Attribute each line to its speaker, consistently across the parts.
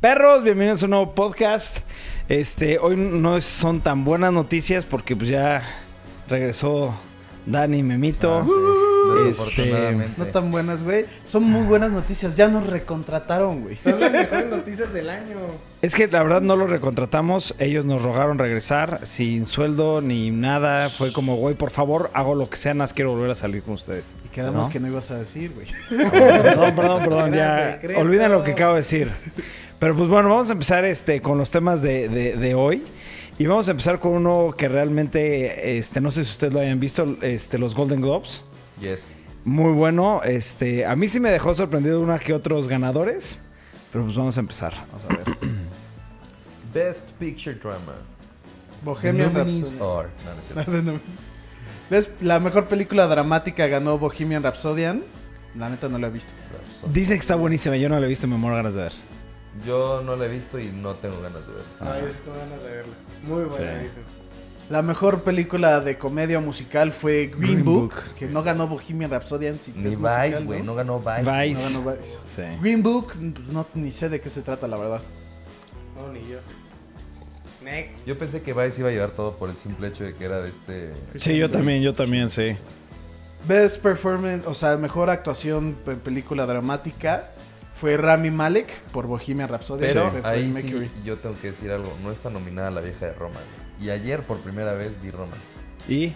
Speaker 1: Perros, bienvenidos a un nuevo podcast. Este, hoy no es- son tan buenas noticias porque pues ya regresó Dani
Speaker 2: Ah,
Speaker 3: Ah,
Speaker 1: Memito.
Speaker 3: No tan buenas, güey. Son muy buenas noticias. Ya nos recontrataron, güey.
Speaker 4: Son las mejores noticias del año.
Speaker 1: Es que la verdad no lo recontratamos, ellos nos rogaron regresar sin sueldo ni nada. Fue como, güey, por favor, hago lo que sea, más quiero volver a salir con ustedes.
Speaker 3: Y quedamos
Speaker 1: ¿No?
Speaker 3: que no ibas a decir, güey.
Speaker 1: Perdón, perdón, perdón,
Speaker 4: Gran
Speaker 1: ya.
Speaker 4: secreto.
Speaker 1: Olviden lo que acabo de decir. Pero pues bueno, vamos a empezar este, con los temas de, de- de hoy. Y vamos a empezar con uno que realmente, este, no sé si ustedes lo hayan visto, este, los Golden Globes.
Speaker 2: Yes.
Speaker 1: Muy bueno. Este, a mí sí me dejó sorprendido una que otros ganadores. Pero pues vamos a empezar.
Speaker 2: Vamos a ver. Best Picture Drama.
Speaker 3: Bohemian
Speaker 2: Nominees
Speaker 3: Rhapsody.
Speaker 2: are- No, no es cierto.
Speaker 3: No, no, no. ¿Ves? La mejor película dramática ganó Bohemian Rhapsodian. La neta no la he visto.
Speaker 2: Rhapsody.
Speaker 1: Dice que está buenísima, yo no la he visto, me muero de ganas de ver.
Speaker 2: Yo no la he visto y no tengo ganas de ver.
Speaker 1: Ah.
Speaker 4: No, yo sí tengo ganas de verla. Muy buena,
Speaker 1: Sí.
Speaker 4: dicen.
Speaker 3: La mejor película de comedia musical fue Green,
Speaker 1: Green
Speaker 3: Book,
Speaker 1: Book.
Speaker 3: que no ganó Bohemian Rhapsodian. si
Speaker 2: Ni
Speaker 3: es musical,
Speaker 2: Vice, güey. No ganó Vice.
Speaker 1: Vice.
Speaker 3: No ganó Vice.
Speaker 1: Sí.
Speaker 3: Green Book, pues, no, ni sé de qué se trata, la verdad.
Speaker 4: No, ni yo. Next.
Speaker 2: Yo pensé que Vice iba a llevar todo por el simple hecho de que era de este.
Speaker 1: Sí, yo también, yo también, sí.
Speaker 3: Best Performance, o sea, mejor actuación en película dramática fue Rami Malek por Bohemian Rhapsody.
Speaker 2: Pero
Speaker 3: Fue Freddie
Speaker 2: ahí sí,
Speaker 3: Mercury.
Speaker 2: yo tengo que decir algo. No está nominada la vieja de Roma. güey. Y ayer por primera vez vi Roma.
Speaker 1: ¿Y?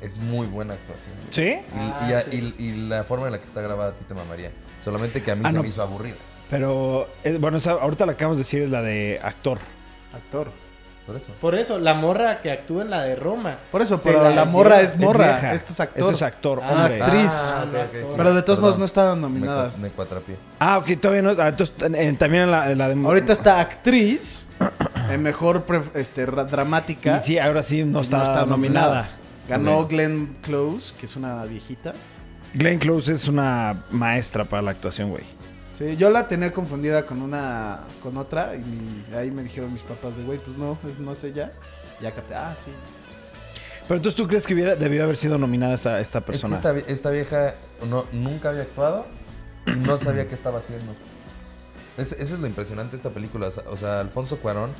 Speaker 2: Es muy buena actuación. güey.
Speaker 1: ¿Sí?
Speaker 2: Y,
Speaker 4: Ah,
Speaker 2: y a-
Speaker 4: sí.
Speaker 2: y- y la forma en la que está grabada a ti te mamaría. Solamente que a mí
Speaker 1: Ah,
Speaker 2: se
Speaker 1: no.
Speaker 2: me hizo aburrida.
Speaker 1: Pero, eh, bueno, esa- ahorita la que acabamos de decir es la de actor.
Speaker 3: Actor.
Speaker 2: Por eso.
Speaker 4: Por eso, la morra que actúa en la de Roma.
Speaker 3: Por eso,
Speaker 4: Se
Speaker 3: pero la,
Speaker 4: la
Speaker 3: morra
Speaker 4: lleva.
Speaker 3: es morra.
Speaker 1: vieja.
Speaker 3: Esto es actor.
Speaker 1: Esto es actor,
Speaker 4: Ah,
Speaker 1: hombre.
Speaker 4: actriz.
Speaker 2: Ah, ok, ok, sí.
Speaker 3: Pero de todos
Speaker 2: Perdón.
Speaker 3: modos no están
Speaker 2: Me cua-
Speaker 3: nominadas.
Speaker 2: Me, cuatrapié.
Speaker 1: Ah, ok, todavía no. ah, entonces, en- en- también en la, en la de.
Speaker 3: Ahorita está actriz en mejor pre- este, ra- dramática.
Speaker 1: Y sí, ahora sí no
Speaker 3: y
Speaker 1: está, nominada.
Speaker 3: Ganó
Speaker 2: Ok.
Speaker 3: Glenn Close, que es una viejita.
Speaker 1: Glenn Close es una maestra para la actuación, güey.
Speaker 3: Sí, yo la tenía confundida con una con otra y mi- ahí me dijeron mis papás de güey, pues no, es- no sé ya. Ya capté, ah, sí.
Speaker 1: Pero entonces tú crees que hubiera, debió haber sido nominada esta, esta persona.
Speaker 2: Es que esta, vi- esta vieja no, nunca había actuado y no sabía qué estaba haciendo. Es- eso es lo impresionante de esta película. O sea, o sea, Alfonso Cuarón,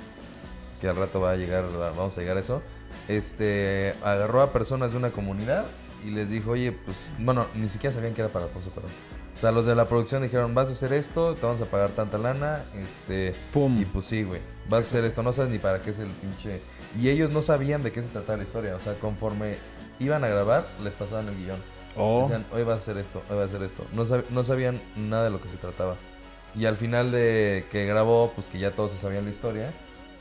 Speaker 2: que al rato va a llegar, vamos a llegar a eso, este, agarró a personas de una comunidad y les dijo, oye, pues, bueno, ni siquiera sabían que era para Alfonso Cuarón. O sea, los de la producción dijeron, vas a hacer esto, te vamos a pagar tanta lana, este,
Speaker 1: Pum.
Speaker 2: y pues sí, güey. Vas a hacer esto, no sabes ni para qué es el pinche. Y ellos no sabían de qué se trataba la historia. O sea, conforme iban a grabar, les pasaban el guión.
Speaker 1: Oh.
Speaker 2: Decían, hoy va a hacer esto, hoy va a hacer esto. No, sab- no sabían nada de lo que se trataba. Y al final de que grabó, pues que ya todos se sabían la historia,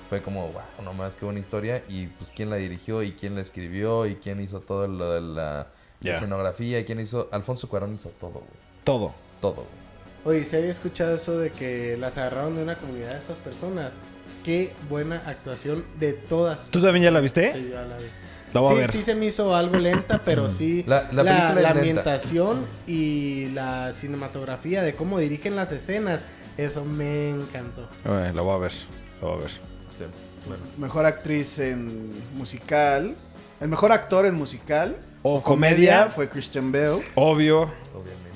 Speaker 2: fue como, wow, no más que una historia. Y pues quién la dirigió, y quién la escribió, y quién hizo todo lo de la
Speaker 1: Ya.
Speaker 2: escenografía, y quién hizo. Alfonso Cuarón hizo todo, güey.
Speaker 1: Todo.
Speaker 2: Todo, güey.
Speaker 4: Oye, ¿se había escuchado eso de que las agarraron de una comunidad estas personas? Qué buena actuación de todas.
Speaker 1: ¿Tú también ya la viste?
Speaker 4: Sí, yo ya la vi.
Speaker 1: La voy
Speaker 4: sí,
Speaker 1: a ver.
Speaker 4: sí se me hizo algo lenta, pero sí
Speaker 2: La- la película es lenta.
Speaker 4: ambientación y la cinematografía de cómo dirigen las escenas, eso me encantó.
Speaker 1: Ay, la voy a ver. La voy a ver.
Speaker 2: Sí, bueno.
Speaker 3: Mejor actriz en musical. El mejor actor en musical.
Speaker 1: O comedia.
Speaker 3: fue Christian Bale.
Speaker 1: Obvio.
Speaker 2: Obviamente.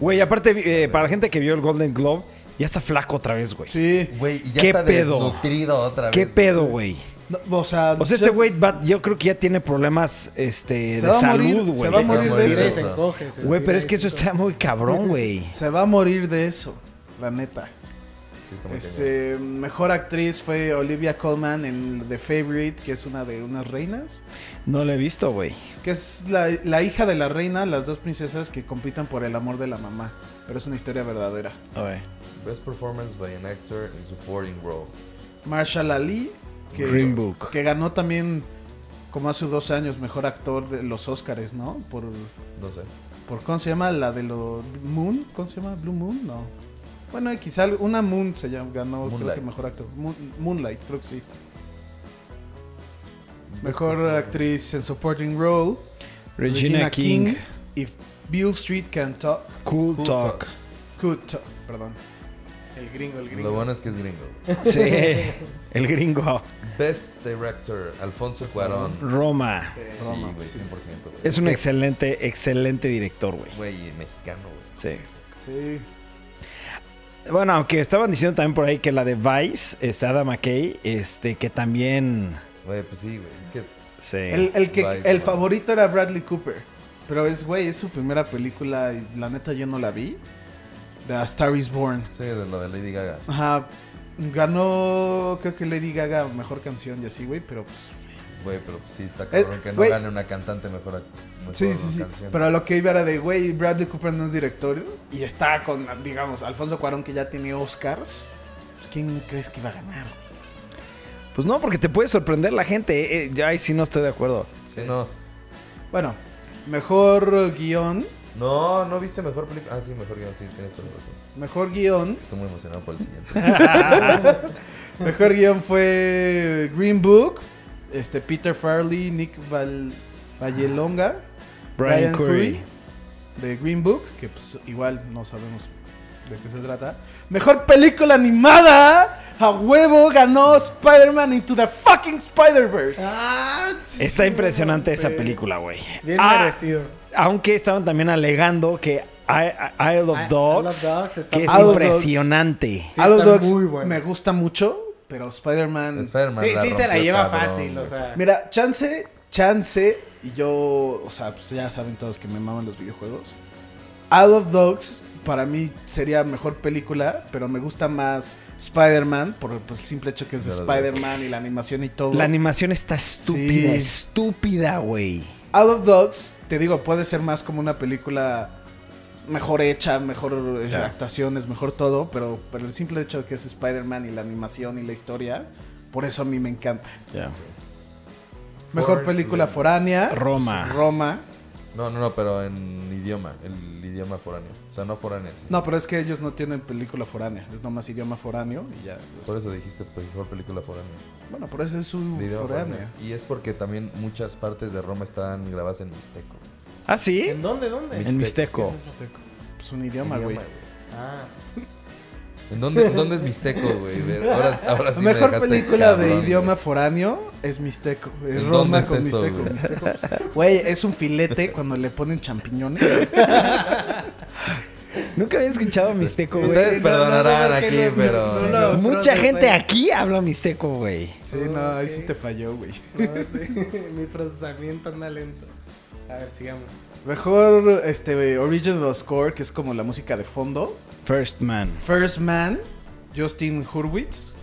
Speaker 1: Güey, aparte, eh, para la gente que vio el Golden Globe, ya está flaco otra vez, güey.
Speaker 3: Sí.
Speaker 2: Güey, y ya
Speaker 1: ¿Qué
Speaker 2: está
Speaker 1: pedo?
Speaker 2: desnutrido otra
Speaker 1: ¿Qué
Speaker 2: vez.
Speaker 1: pedo, güey?
Speaker 3: No, o sea,
Speaker 1: O sea, ese
Speaker 3: ya se-
Speaker 1: güey, va- yo creo que ya tiene problemas este,
Speaker 3: Se
Speaker 1: de
Speaker 3: va a morir,
Speaker 1: salud, güey.
Speaker 3: se va a
Speaker 2: morir de
Speaker 4: Se estira y
Speaker 2: eso.
Speaker 4: se encoge, se
Speaker 1: Güey, pero
Speaker 4: estira
Speaker 1: es
Speaker 4: y
Speaker 1: que
Speaker 4: se
Speaker 1: eso está muy cabrón, güey.
Speaker 3: Se va a morir de eso, la neta.
Speaker 2: Sí, está muy cañón.
Speaker 3: Este, mejor actriz fue Olivia Colman en The Favorite, que es una de unas reinas.
Speaker 1: No lo he visto, güey.
Speaker 3: Que es la, la hija de la reina, las dos princesas que compitan por el amor de la mamá. Pero es una historia verdadera.
Speaker 1: A ver.
Speaker 2: Best performance by an actor in supporting role.
Speaker 3: Marshall Ali, que,
Speaker 1: Green Book.
Speaker 3: que ganó también, como hace dos años, mejor actor de los Oscars, ¿no? Por,
Speaker 2: No sé.
Speaker 3: por ¿cómo se llama? La de los Moon, ¿cómo se llama? Blue Moon, no. Bueno, quizá una Moon se llama, ganó, creo que
Speaker 2: Moonlight.
Speaker 3: mejor actor. Moon- Moonlight, creo que sí. Mejor actriz en supporting role.
Speaker 1: Regina, King.
Speaker 3: If Bill Street Can Talk,
Speaker 1: Cool,
Speaker 2: Cool
Speaker 1: Talk.
Speaker 2: Talk.
Speaker 3: Could Talk, perdón.
Speaker 4: encoge. El gringo, el gringo.
Speaker 2: Lo bueno es que es gringo.
Speaker 1: Sí. El gringo.
Speaker 2: Best director, Alfonso Cuarón.
Speaker 1: Roma.
Speaker 2: Sí,
Speaker 3: Roma,
Speaker 2: güey, 100%. güey.
Speaker 1: Es un
Speaker 2: que,
Speaker 1: excelente, excelente director, güey.
Speaker 2: Güey, mexicano, güey.
Speaker 1: Sí.
Speaker 3: Sí.
Speaker 1: Bueno, aunque estaban diciendo también por ahí que la de Vice, este Adam McKay, este, que también.
Speaker 2: Güey, pues sí, güey. Es que
Speaker 1: Sí.
Speaker 3: El, el que,
Speaker 2: Eh, Bye,
Speaker 3: el
Speaker 2: bro.
Speaker 3: favorito era Bradley Cooper. Pero es, güey, es su primera película y la neta yo no la vi. De A Star is Born.
Speaker 2: sí, de lo de Lady Gaga.
Speaker 3: Ajá. Ganó, creo que Lady Gaga mejor canción y así, güey, pero pues.
Speaker 2: Güey, pero pues sí, está cabrón que no
Speaker 3: Eh, güey.
Speaker 2: gane una cantante mejor, ac- mejor
Speaker 3: Sí, sí, sí.
Speaker 2: canción.
Speaker 3: Pero a lo que iba era de, güey, Bradley Cooper no es director y está con, digamos, Alfonso Cuarón que ya tiene Oscars. Pues, ¿Quién crees que iba a ganar?
Speaker 1: Pues no, porque te puede sorprender la gente. eh, eh, ya ahí sí no estoy de acuerdo.
Speaker 2: Sí, no.
Speaker 3: Bueno, mejor guión.
Speaker 2: No, no viste mejor película. Ah, sí, mejor guión, sí, tienes toda la razón.
Speaker 3: Mejor guión.
Speaker 2: Estoy muy emocionado por el siguiente.
Speaker 3: Mejor guión fue Green Book, este Peter Farley, Nick Val- Vallelonga,
Speaker 1: Ah, Brian, Curry.
Speaker 3: de Green Book, que pues igual no sabemos de qué se trata. Mejor película animada, a huevo ganó Spider-Man Into the Fucking Spider-Verse.
Speaker 4: Ah.
Speaker 1: Está impresionante esa película, güey.
Speaker 4: Bien
Speaker 1: Ah,
Speaker 4: merecido.
Speaker 1: Aunque estaban también alegando que I- I- Isle
Speaker 4: I- Isle
Speaker 1: of
Speaker 4: of
Speaker 1: Dogs,
Speaker 4: Dogs está-
Speaker 1: que es
Speaker 3: Isle of Dogs.
Speaker 1: impresionante.
Speaker 4: Sí,
Speaker 3: A los
Speaker 4: está
Speaker 3: dogs
Speaker 4: muy buena.
Speaker 3: me gusta mucho, pero Spider-Man.
Speaker 2: Spider-Man
Speaker 4: Sí, sí se la
Speaker 2: rompió,
Speaker 4: lleva
Speaker 2: cabrón,
Speaker 4: fácil, o
Speaker 2: güey.
Speaker 4: sea.
Speaker 3: Mira, chance, chance, y yo, o sea, pues ya saben todos que me maman los videojuegos. Out of Dogs para mí sería mejor película, pero me gusta más Spider-Man por, por el simple hecho que es de
Speaker 2: Claro, güey.
Speaker 3: Spider-Man y la animación y todo.
Speaker 1: La animación está estúpida,
Speaker 3: Sí.
Speaker 1: estúpida, güey.
Speaker 3: Out of Dogs, te digo, puede ser más como una película mejor hecha, mejor eh,
Speaker 1: Ya.
Speaker 3: actuaciones, mejor todo, pero, pero el simple hecho de que es Spider-Man y la animación y la historia, por eso a mí me encanta. Mejor
Speaker 2: For-
Speaker 3: película foránea.
Speaker 1: Roma.
Speaker 3: pues, Roma.
Speaker 2: No, no, no, pero en idioma, el idioma foráneo. O sea, no foráneo. sí.
Speaker 3: No, pero es que ellos no tienen película foránea. Es nomás idioma foráneo y ya. pues,
Speaker 2: Por eso dijiste pues, mejor película foránea.
Speaker 3: Bueno, por eso es su
Speaker 2: De idioma
Speaker 3: foránea.
Speaker 2: foráneo. Y es porque también muchas partes de Roma están grabadas en mixteco.
Speaker 1: ¿Ah, sí?
Speaker 4: ¿En dónde, dónde?
Speaker 1: En Mixteco.
Speaker 3: Pues un idioma, güey.
Speaker 4: Ah.
Speaker 2: ¿En dónde, en dónde es mixteco, güey? Ver, Ahora, ahora sí me
Speaker 3: mejor
Speaker 2: dejaste
Speaker 3: película de
Speaker 2: cabrón,
Speaker 3: idioma
Speaker 2: güey.
Speaker 3: foráneo es Mixteco. Es
Speaker 2: ¿En
Speaker 3: Roma
Speaker 2: dónde es
Speaker 3: con
Speaker 2: eso,
Speaker 3: Mixteco.
Speaker 2: güey?
Speaker 3: Mixteco, pues, Güey, es un filete cuando le ponen champiñones.
Speaker 1: Nunca había escuchado Mixteco, güey.
Speaker 2: Ustedes perdonarán aquí, pero...
Speaker 4: no, no. Ustedes-
Speaker 1: Mucha
Speaker 4: Creo que
Speaker 1: gente
Speaker 4: fue-
Speaker 1: aquí habla Mixteco, güey.
Speaker 3: Sí, no, ahí sí
Speaker 4: Ok.
Speaker 3: te falló, güey.
Speaker 4: No, sí. Mi procesamiento anda lento. A ver, sigamos.
Speaker 3: Mejor este original score, que es como la música de fondo.
Speaker 1: First Man.
Speaker 3: First Man, Justin Hurwitz.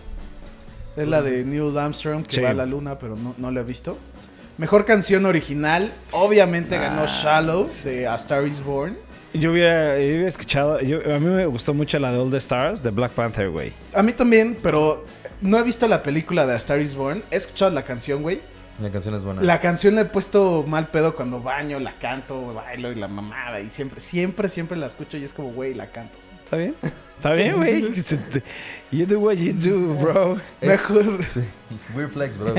Speaker 3: Es la de Neil Armstrong que
Speaker 1: Sí.
Speaker 3: va a la luna, pero no, no la he visto. Mejor canción original, obviamente ganó
Speaker 1: Ah.
Speaker 3: Shallow de A Star Is Born.
Speaker 1: Yo hubiera, yo hubiera escuchado, yo- a mí me gustó mucho la de All the Stars de Black Panther, güey.
Speaker 3: A mí también, pero no he visto la película de A Star Is Born. He escuchado la canción, güey.
Speaker 2: La canción es buena.
Speaker 3: La canción la he puesto mal pedo cuando baño, la canto, bailo y la mamada. Y siempre, siempre, siempre la escucho y es como, güey, la canto.
Speaker 1: ¿Está bien? ¿Está bien, güey? You do what you do, bro.
Speaker 2: Es-
Speaker 3: Mejor,
Speaker 2: Eh, Sí. Weird flex, bro.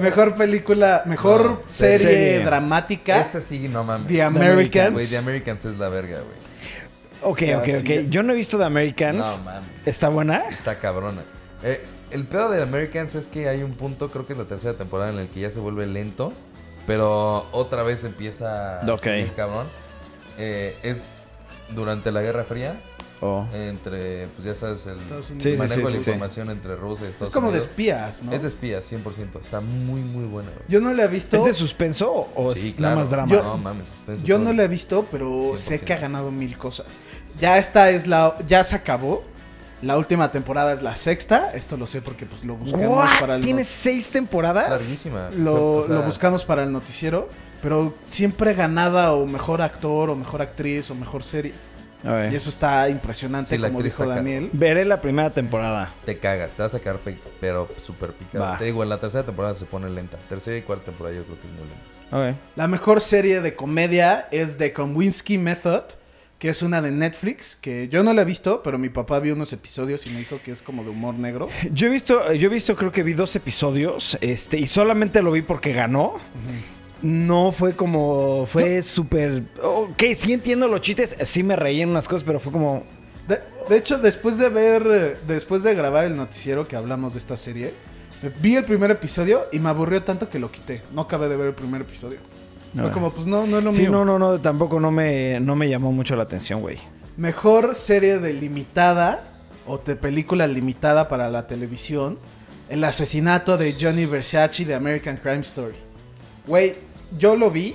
Speaker 3: mejor película, mejor
Speaker 2: No,
Speaker 3: serie,
Speaker 1: serie.
Speaker 3: dramática.
Speaker 2: Este sí, no mames.
Speaker 3: The Americans.
Speaker 2: Güey, The Americans es la verga, güey.
Speaker 1: Ok,
Speaker 3: Ah,
Speaker 1: ok,
Speaker 3: sí,
Speaker 1: ok.
Speaker 3: ya.
Speaker 1: Yo no he visto The
Speaker 2: No
Speaker 1: Americans.
Speaker 2: mames.
Speaker 1: ¿Está buena?
Speaker 2: Está cabrona. Eh, el pedo de Americans es que hay un punto, creo que es la tercera temporada, en el que ya se vuelve lento, pero otra vez empieza a
Speaker 1: Ok.
Speaker 2: subir, cabrón. Eh, es durante la Guerra Fría,
Speaker 3: Oh.
Speaker 2: entre, pues ya sabes, el
Speaker 3: Estados Unidos.
Speaker 1: Sí, sí,
Speaker 2: manejo
Speaker 1: sí,
Speaker 2: de
Speaker 1: sí,
Speaker 2: la
Speaker 1: sí.
Speaker 2: información entre Rusia y Estados Unidos.
Speaker 3: Es como de espías, ¿no?
Speaker 2: Es de espía, 100%. Está muy, muy buena. güey.
Speaker 3: Yo no la he visto.
Speaker 1: ¿Es de suspenso o es nada más drama?
Speaker 3: Yo-
Speaker 2: no mames, suspenso,
Speaker 3: Yo
Speaker 2: todo.
Speaker 3: no la he visto, pero
Speaker 2: 100%.
Speaker 3: sé que ha ganado mil cosas. Ya esta es la ya se acabó. La última temporada es la sexta. Esto lo sé porque pues lo buscamos
Speaker 1: What?
Speaker 3: para el no-
Speaker 1: ¿Tienes seis temporadas?
Speaker 2: Larguísima.
Speaker 3: lo,
Speaker 2: O sea,
Speaker 3: lo buscamos para el noticiero, pero siempre ganaba o mejor actor o mejor actriz o mejor serie.
Speaker 1: A ver.
Speaker 3: Y eso está impresionante,
Speaker 2: Eh. Sí, la
Speaker 3: como
Speaker 2: actriz
Speaker 3: dijo
Speaker 2: está caro.
Speaker 3: Daniel.
Speaker 1: Veré la primera temporada.
Speaker 2: Te cagas, te vas a quedar pe- pero súper picado.
Speaker 1: Va.
Speaker 2: Te digo, en la tercera temporada se pone lenta. Tercera y cuarta temporada yo creo que es muy
Speaker 1: Ok.
Speaker 2: lenta.
Speaker 3: La mejor serie de comedia es The Kominsky Method, que es una de Netflix, que yo no la he visto, pero mi papá vio unos episodios y me dijo que es como de humor negro.
Speaker 1: Yo he visto, yo he visto, creo que vi dos episodios, este, y solamente lo vi porque ganó. No fue como, fue súper, ok, sí entiendo los chistes, sí me reí en unas cosas, pero fue como,
Speaker 3: De, de hecho, después de ver, eh, después de grabar el noticiero que hablamos de esta serie, eh, vi el primer episodio y me aburrió tanto que lo quité. No acabé de ver el primer episodio.
Speaker 1: Ah.
Speaker 3: Fue como, pues no, no es lo
Speaker 1: sí,
Speaker 3: mío.
Speaker 1: no, no, no, tampoco no me, no me llamó mucho la atención, güey.
Speaker 3: Mejor serie de limitada o de película limitada para la televisión. El asesinato de Johnny Versace de American Crime Story. Güey, yo lo vi.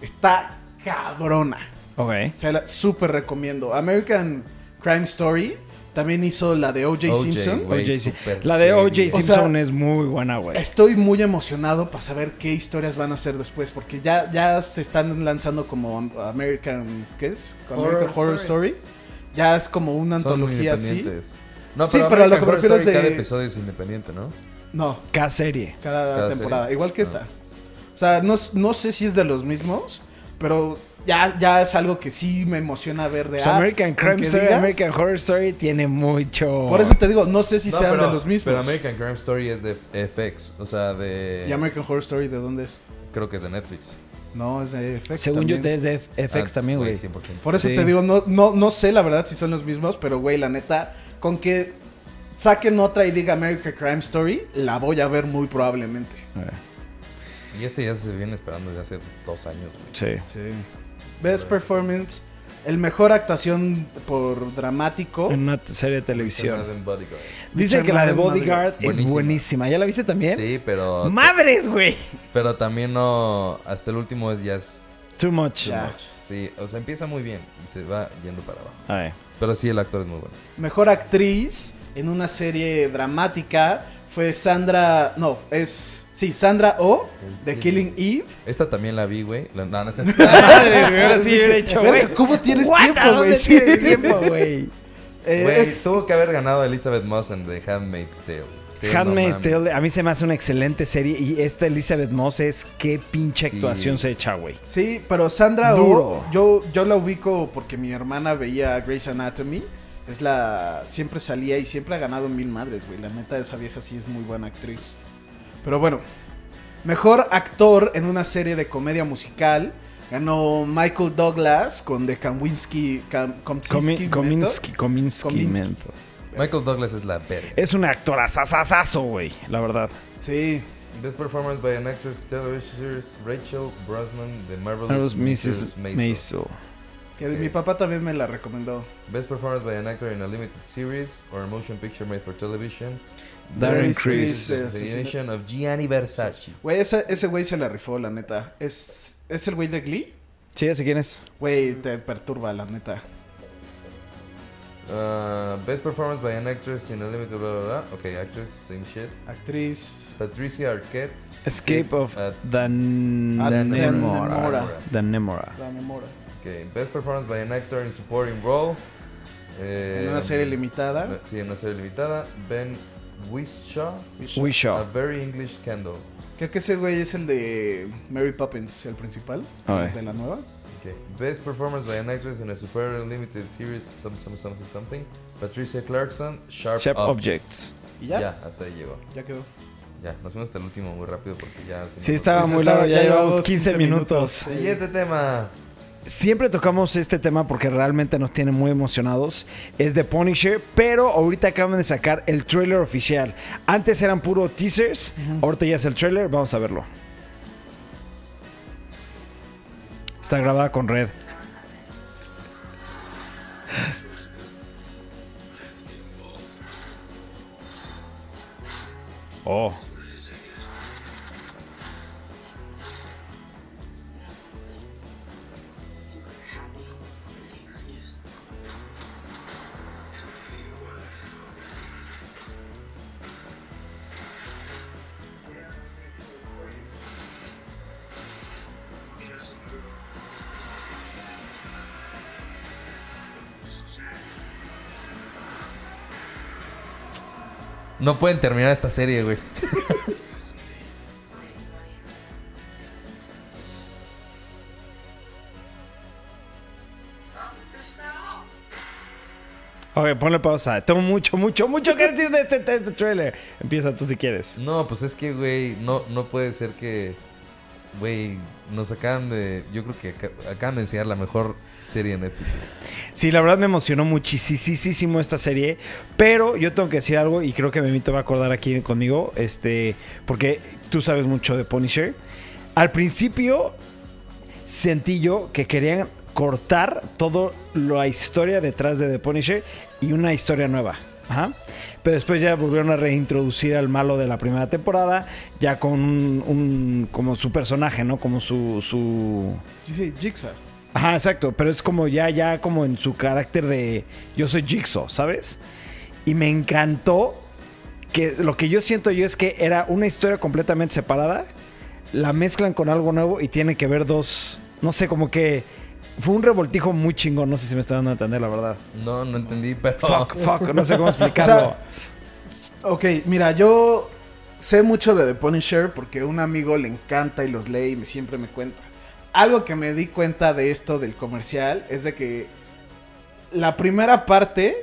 Speaker 3: Está cabrona.
Speaker 1: Ok.
Speaker 3: Se la súper recomiendo. American Crime Story también hizo la de O.J.
Speaker 2: O.J.,
Speaker 3: Simpson.
Speaker 2: güey,
Speaker 1: O.J.
Speaker 2: super
Speaker 1: La de O.J.
Speaker 2: serio.
Speaker 3: O sea,
Speaker 1: Simpson es muy buena, güey.
Speaker 3: Estoy muy emocionado para saber qué historias van a hacer después, porque ya, ya se están lanzando como American, ¿qué es?
Speaker 4: Horror
Speaker 3: American Horror, Story.
Speaker 4: Story.
Speaker 3: Ya es como una
Speaker 2: Son
Speaker 3: antología así.
Speaker 2: independientes. No,
Speaker 3: Sí,
Speaker 2: pero,
Speaker 3: pero
Speaker 2: American
Speaker 3: lo que me
Speaker 2: Horror
Speaker 3: refiero es
Speaker 2: Story,
Speaker 3: de-
Speaker 2: Cada episodio es independiente, ¿no?
Speaker 3: No,
Speaker 1: Cada serie.
Speaker 3: cada,
Speaker 2: Cada
Speaker 3: temporada,
Speaker 2: serie.
Speaker 3: igual que
Speaker 2: Ah.
Speaker 3: esta. O sea, no, no sé si es de los mismos, pero ya, ya es algo que sí me emociona ver de
Speaker 1: Pues
Speaker 3: ah,
Speaker 1: American Crime
Speaker 3: aunque
Speaker 1: Story,
Speaker 3: diga-
Speaker 1: American Horror Story tiene mucho.
Speaker 3: Por eso te digo, no sé si
Speaker 2: No,
Speaker 3: sean
Speaker 2: pero-
Speaker 3: de los mismos.
Speaker 2: Pero American eh. Crime Story es de FX. O sea, de.
Speaker 3: ¿Y American Horror Story de dónde es?
Speaker 2: Creo que es de Netflix.
Speaker 3: No, es de FX
Speaker 1: Según
Speaker 3: también.
Speaker 1: yo, es de F- FX
Speaker 2: Ah,
Speaker 1: también, güey.
Speaker 2: 100%.
Speaker 3: Por eso
Speaker 1: Sí.
Speaker 3: te digo, no, no, no sé la verdad si son los mismos, pero güey, la neta, con que saquen otra y diga American Crime Story, la voy a ver muy probablemente.
Speaker 1: A ver,
Speaker 2: Y este ya se viene esperando desde hace dos años, güey.
Speaker 1: Sí.
Speaker 3: Sí. Best Performance, el mejor actuación por dramático.
Speaker 1: En una serie de televisión.
Speaker 2: Modern Bodyguard.
Speaker 1: Dicen que la de
Speaker 3: Richard Madden,
Speaker 1: Bodyguard es
Speaker 2: Buenísima.
Speaker 1: buenísima. ¿Ya la viste también?
Speaker 2: Sí, pero.
Speaker 1: ¡Madres, güey!
Speaker 2: Pero también no. Hasta el último es ya es.
Speaker 1: Too much.
Speaker 3: Ya.
Speaker 2: Sí, o sea, empieza muy bien y se va yendo para abajo.
Speaker 1: A ver.
Speaker 2: Pero sí, el actor es muy bueno.
Speaker 3: Mejor actriz en una serie dramática fue Sandra, no, es, sí, Sandra O oh, de Killing Eve.
Speaker 2: Esta también la vi, güey. La- No, no sé.
Speaker 1: Madres, güey. Ahora sí hubiera hecho,
Speaker 3: Verga,
Speaker 1: güey.
Speaker 3: ¿Cómo tienes
Speaker 1: Guata,
Speaker 3: tiempo,
Speaker 1: ¿dónde
Speaker 3: güey? Sí.
Speaker 1: tienes tiempo, güey?
Speaker 3: Eh,
Speaker 2: Güey,
Speaker 3: es-
Speaker 2: tuvo que haber ganado Elizabeth Mossen de Handmaid's Tale. Sí, no
Speaker 1: Handmaid's
Speaker 2: mames.
Speaker 1: Tale, a mí se me hace una excelente serie. Y esta Elizabeth Moss es qué pinche
Speaker 2: Sí.
Speaker 1: actuación se echa, güey.
Speaker 3: Sí, pero Sandra
Speaker 1: Duro.
Speaker 3: Oh, yo, yo la ubico porque mi hermana veía Grey's Anatomy. Es la. Siempre salía y siempre ha ganado mil madres, güey. La neta, esa vieja sí es muy buena actriz. Pero bueno, mejor actor en una serie de comedia musical. Ganó Michael Douglas con The Kaminsky. Kam- Komsinski
Speaker 1: Komi-
Speaker 3: Method.
Speaker 1: Kominsky, Kominsky,
Speaker 3: Kominsky.
Speaker 1: Mento.
Speaker 2: Michael Douglas es la verga.
Speaker 1: Es una actora sasasazo, güey, la verdad.
Speaker 3: Sí.
Speaker 2: Best performance by an actress, television Rachel Brosnan, The
Speaker 1: Marvelous
Speaker 2: Marvelous
Speaker 1: Mrs.
Speaker 2: Maisel.
Speaker 1: Maisel.
Speaker 3: Que
Speaker 2: Ok.
Speaker 3: mi papá también me la recomendó.
Speaker 2: Best performance by an actor in a limited series or a motion picture made for television.
Speaker 1: Darren
Speaker 3: Darren
Speaker 1: Criss.
Speaker 3: Criss.
Speaker 2: The
Speaker 3: asesino.
Speaker 2: Edition of Gianni Versace.
Speaker 3: Güey, ese ese güey se la rifó, la neta. ¿Es, ¿es el güey de Glee?
Speaker 1: Sí, ya sé quién es.
Speaker 3: Güey, te perturba, la neta.
Speaker 2: Uh, best performance by an actress in a limited blah blah blah. Okay, actress, same shit.
Speaker 3: Actriz.
Speaker 2: Patricia Arquette.
Speaker 1: Escape of
Speaker 2: At-
Speaker 1: the Nemora.
Speaker 3: Nemora.
Speaker 1: The Nemora.
Speaker 3: La Nemora.
Speaker 2: Okay, best performance by an actor in supporting role. Eh,
Speaker 3: En una serie limitada.
Speaker 2: no- Sí, en una serie limitada. Ben Whishaw. A
Speaker 1: Wishaw.
Speaker 2: Very English Candle.
Speaker 3: Creo que ese güey es el de Mary Poppins, el principal.
Speaker 1: Ah, eh.
Speaker 3: De la nueva.
Speaker 2: Okay. Best performance by an actress in a superior limited series, some, some, something, something. Patricia Clarkson, Sharp,
Speaker 1: Sharp Objects.
Speaker 2: Objects.
Speaker 3: Y
Speaker 2: Ya.
Speaker 3: ya,
Speaker 2: hasta ahí llegó.
Speaker 3: ya quedó.
Speaker 2: Ya, nos fuimos hasta el último muy rápido porque ya... se nos
Speaker 1: Sí,
Speaker 2: fue.
Speaker 1: estaba
Speaker 3: Sí,
Speaker 1: muy
Speaker 3: estaba-
Speaker 1: largo, ya
Speaker 3: ya
Speaker 1: llevamos
Speaker 3: llevamos
Speaker 1: 15 minutos.
Speaker 3: minutos. Sí.
Speaker 2: Siguiente tema.
Speaker 1: Siempre tocamos este tema porque realmente nos tiene muy emocionados. Es de Punisher, pero ahorita acaban de sacar el trailer oficial. Antes eran puro teasers, ahorita ya es el trailer, vamos a verlo. Está grabada con red. Oh.
Speaker 2: No pueden terminar esta serie, güey.
Speaker 1: Ok, ponle pausa. Tengo mucho, mucho, mucho que decir de este, de este trailer. Empieza tú si quieres.
Speaker 2: No, pues es que, güey, no, no puede ser que... Güey, nos acaban de... Yo creo que aca- acaban de enseñar la mejor serie en Netflix. güey.
Speaker 1: Sí, la verdad me emocionó muchísimo esta serie. Pero yo tengo que decir algo y creo que Memito va a acordar aquí conmigo. Este, porque tú sabes mucho de Punisher. Al principio sentí yo que querían recortar toda la historia detrás de The Punisher y una historia nueva. Ajá. Pero después ya volvieron a reintroducir al malo de la primera temporada, ya con un, un- como su personaje, ¿no? Como su, su...
Speaker 3: Dice Jigsaw.
Speaker 1: Ajá, exacto, pero es como ya, ya como en su carácter de yo soy Jigsaw, ¿sabes? Y me encantó que lo que yo siento yo es que era una historia completamente separada, la mezclan con algo nuevo y tiene que ver dos, no sé, como que fue un revoltijo muy chingón, no sé si me está dando a entender la verdad.
Speaker 2: No, no entendí, pero.
Speaker 1: Fuck, fuck, no sé cómo explicarlo.
Speaker 3: Oh. O sea, Ok, mira, yo sé mucho de The Punisher porque un amigo le encanta y los lee y me- siempre me cuenta. Algo que me di cuenta de esto del comercial es de que la primera parte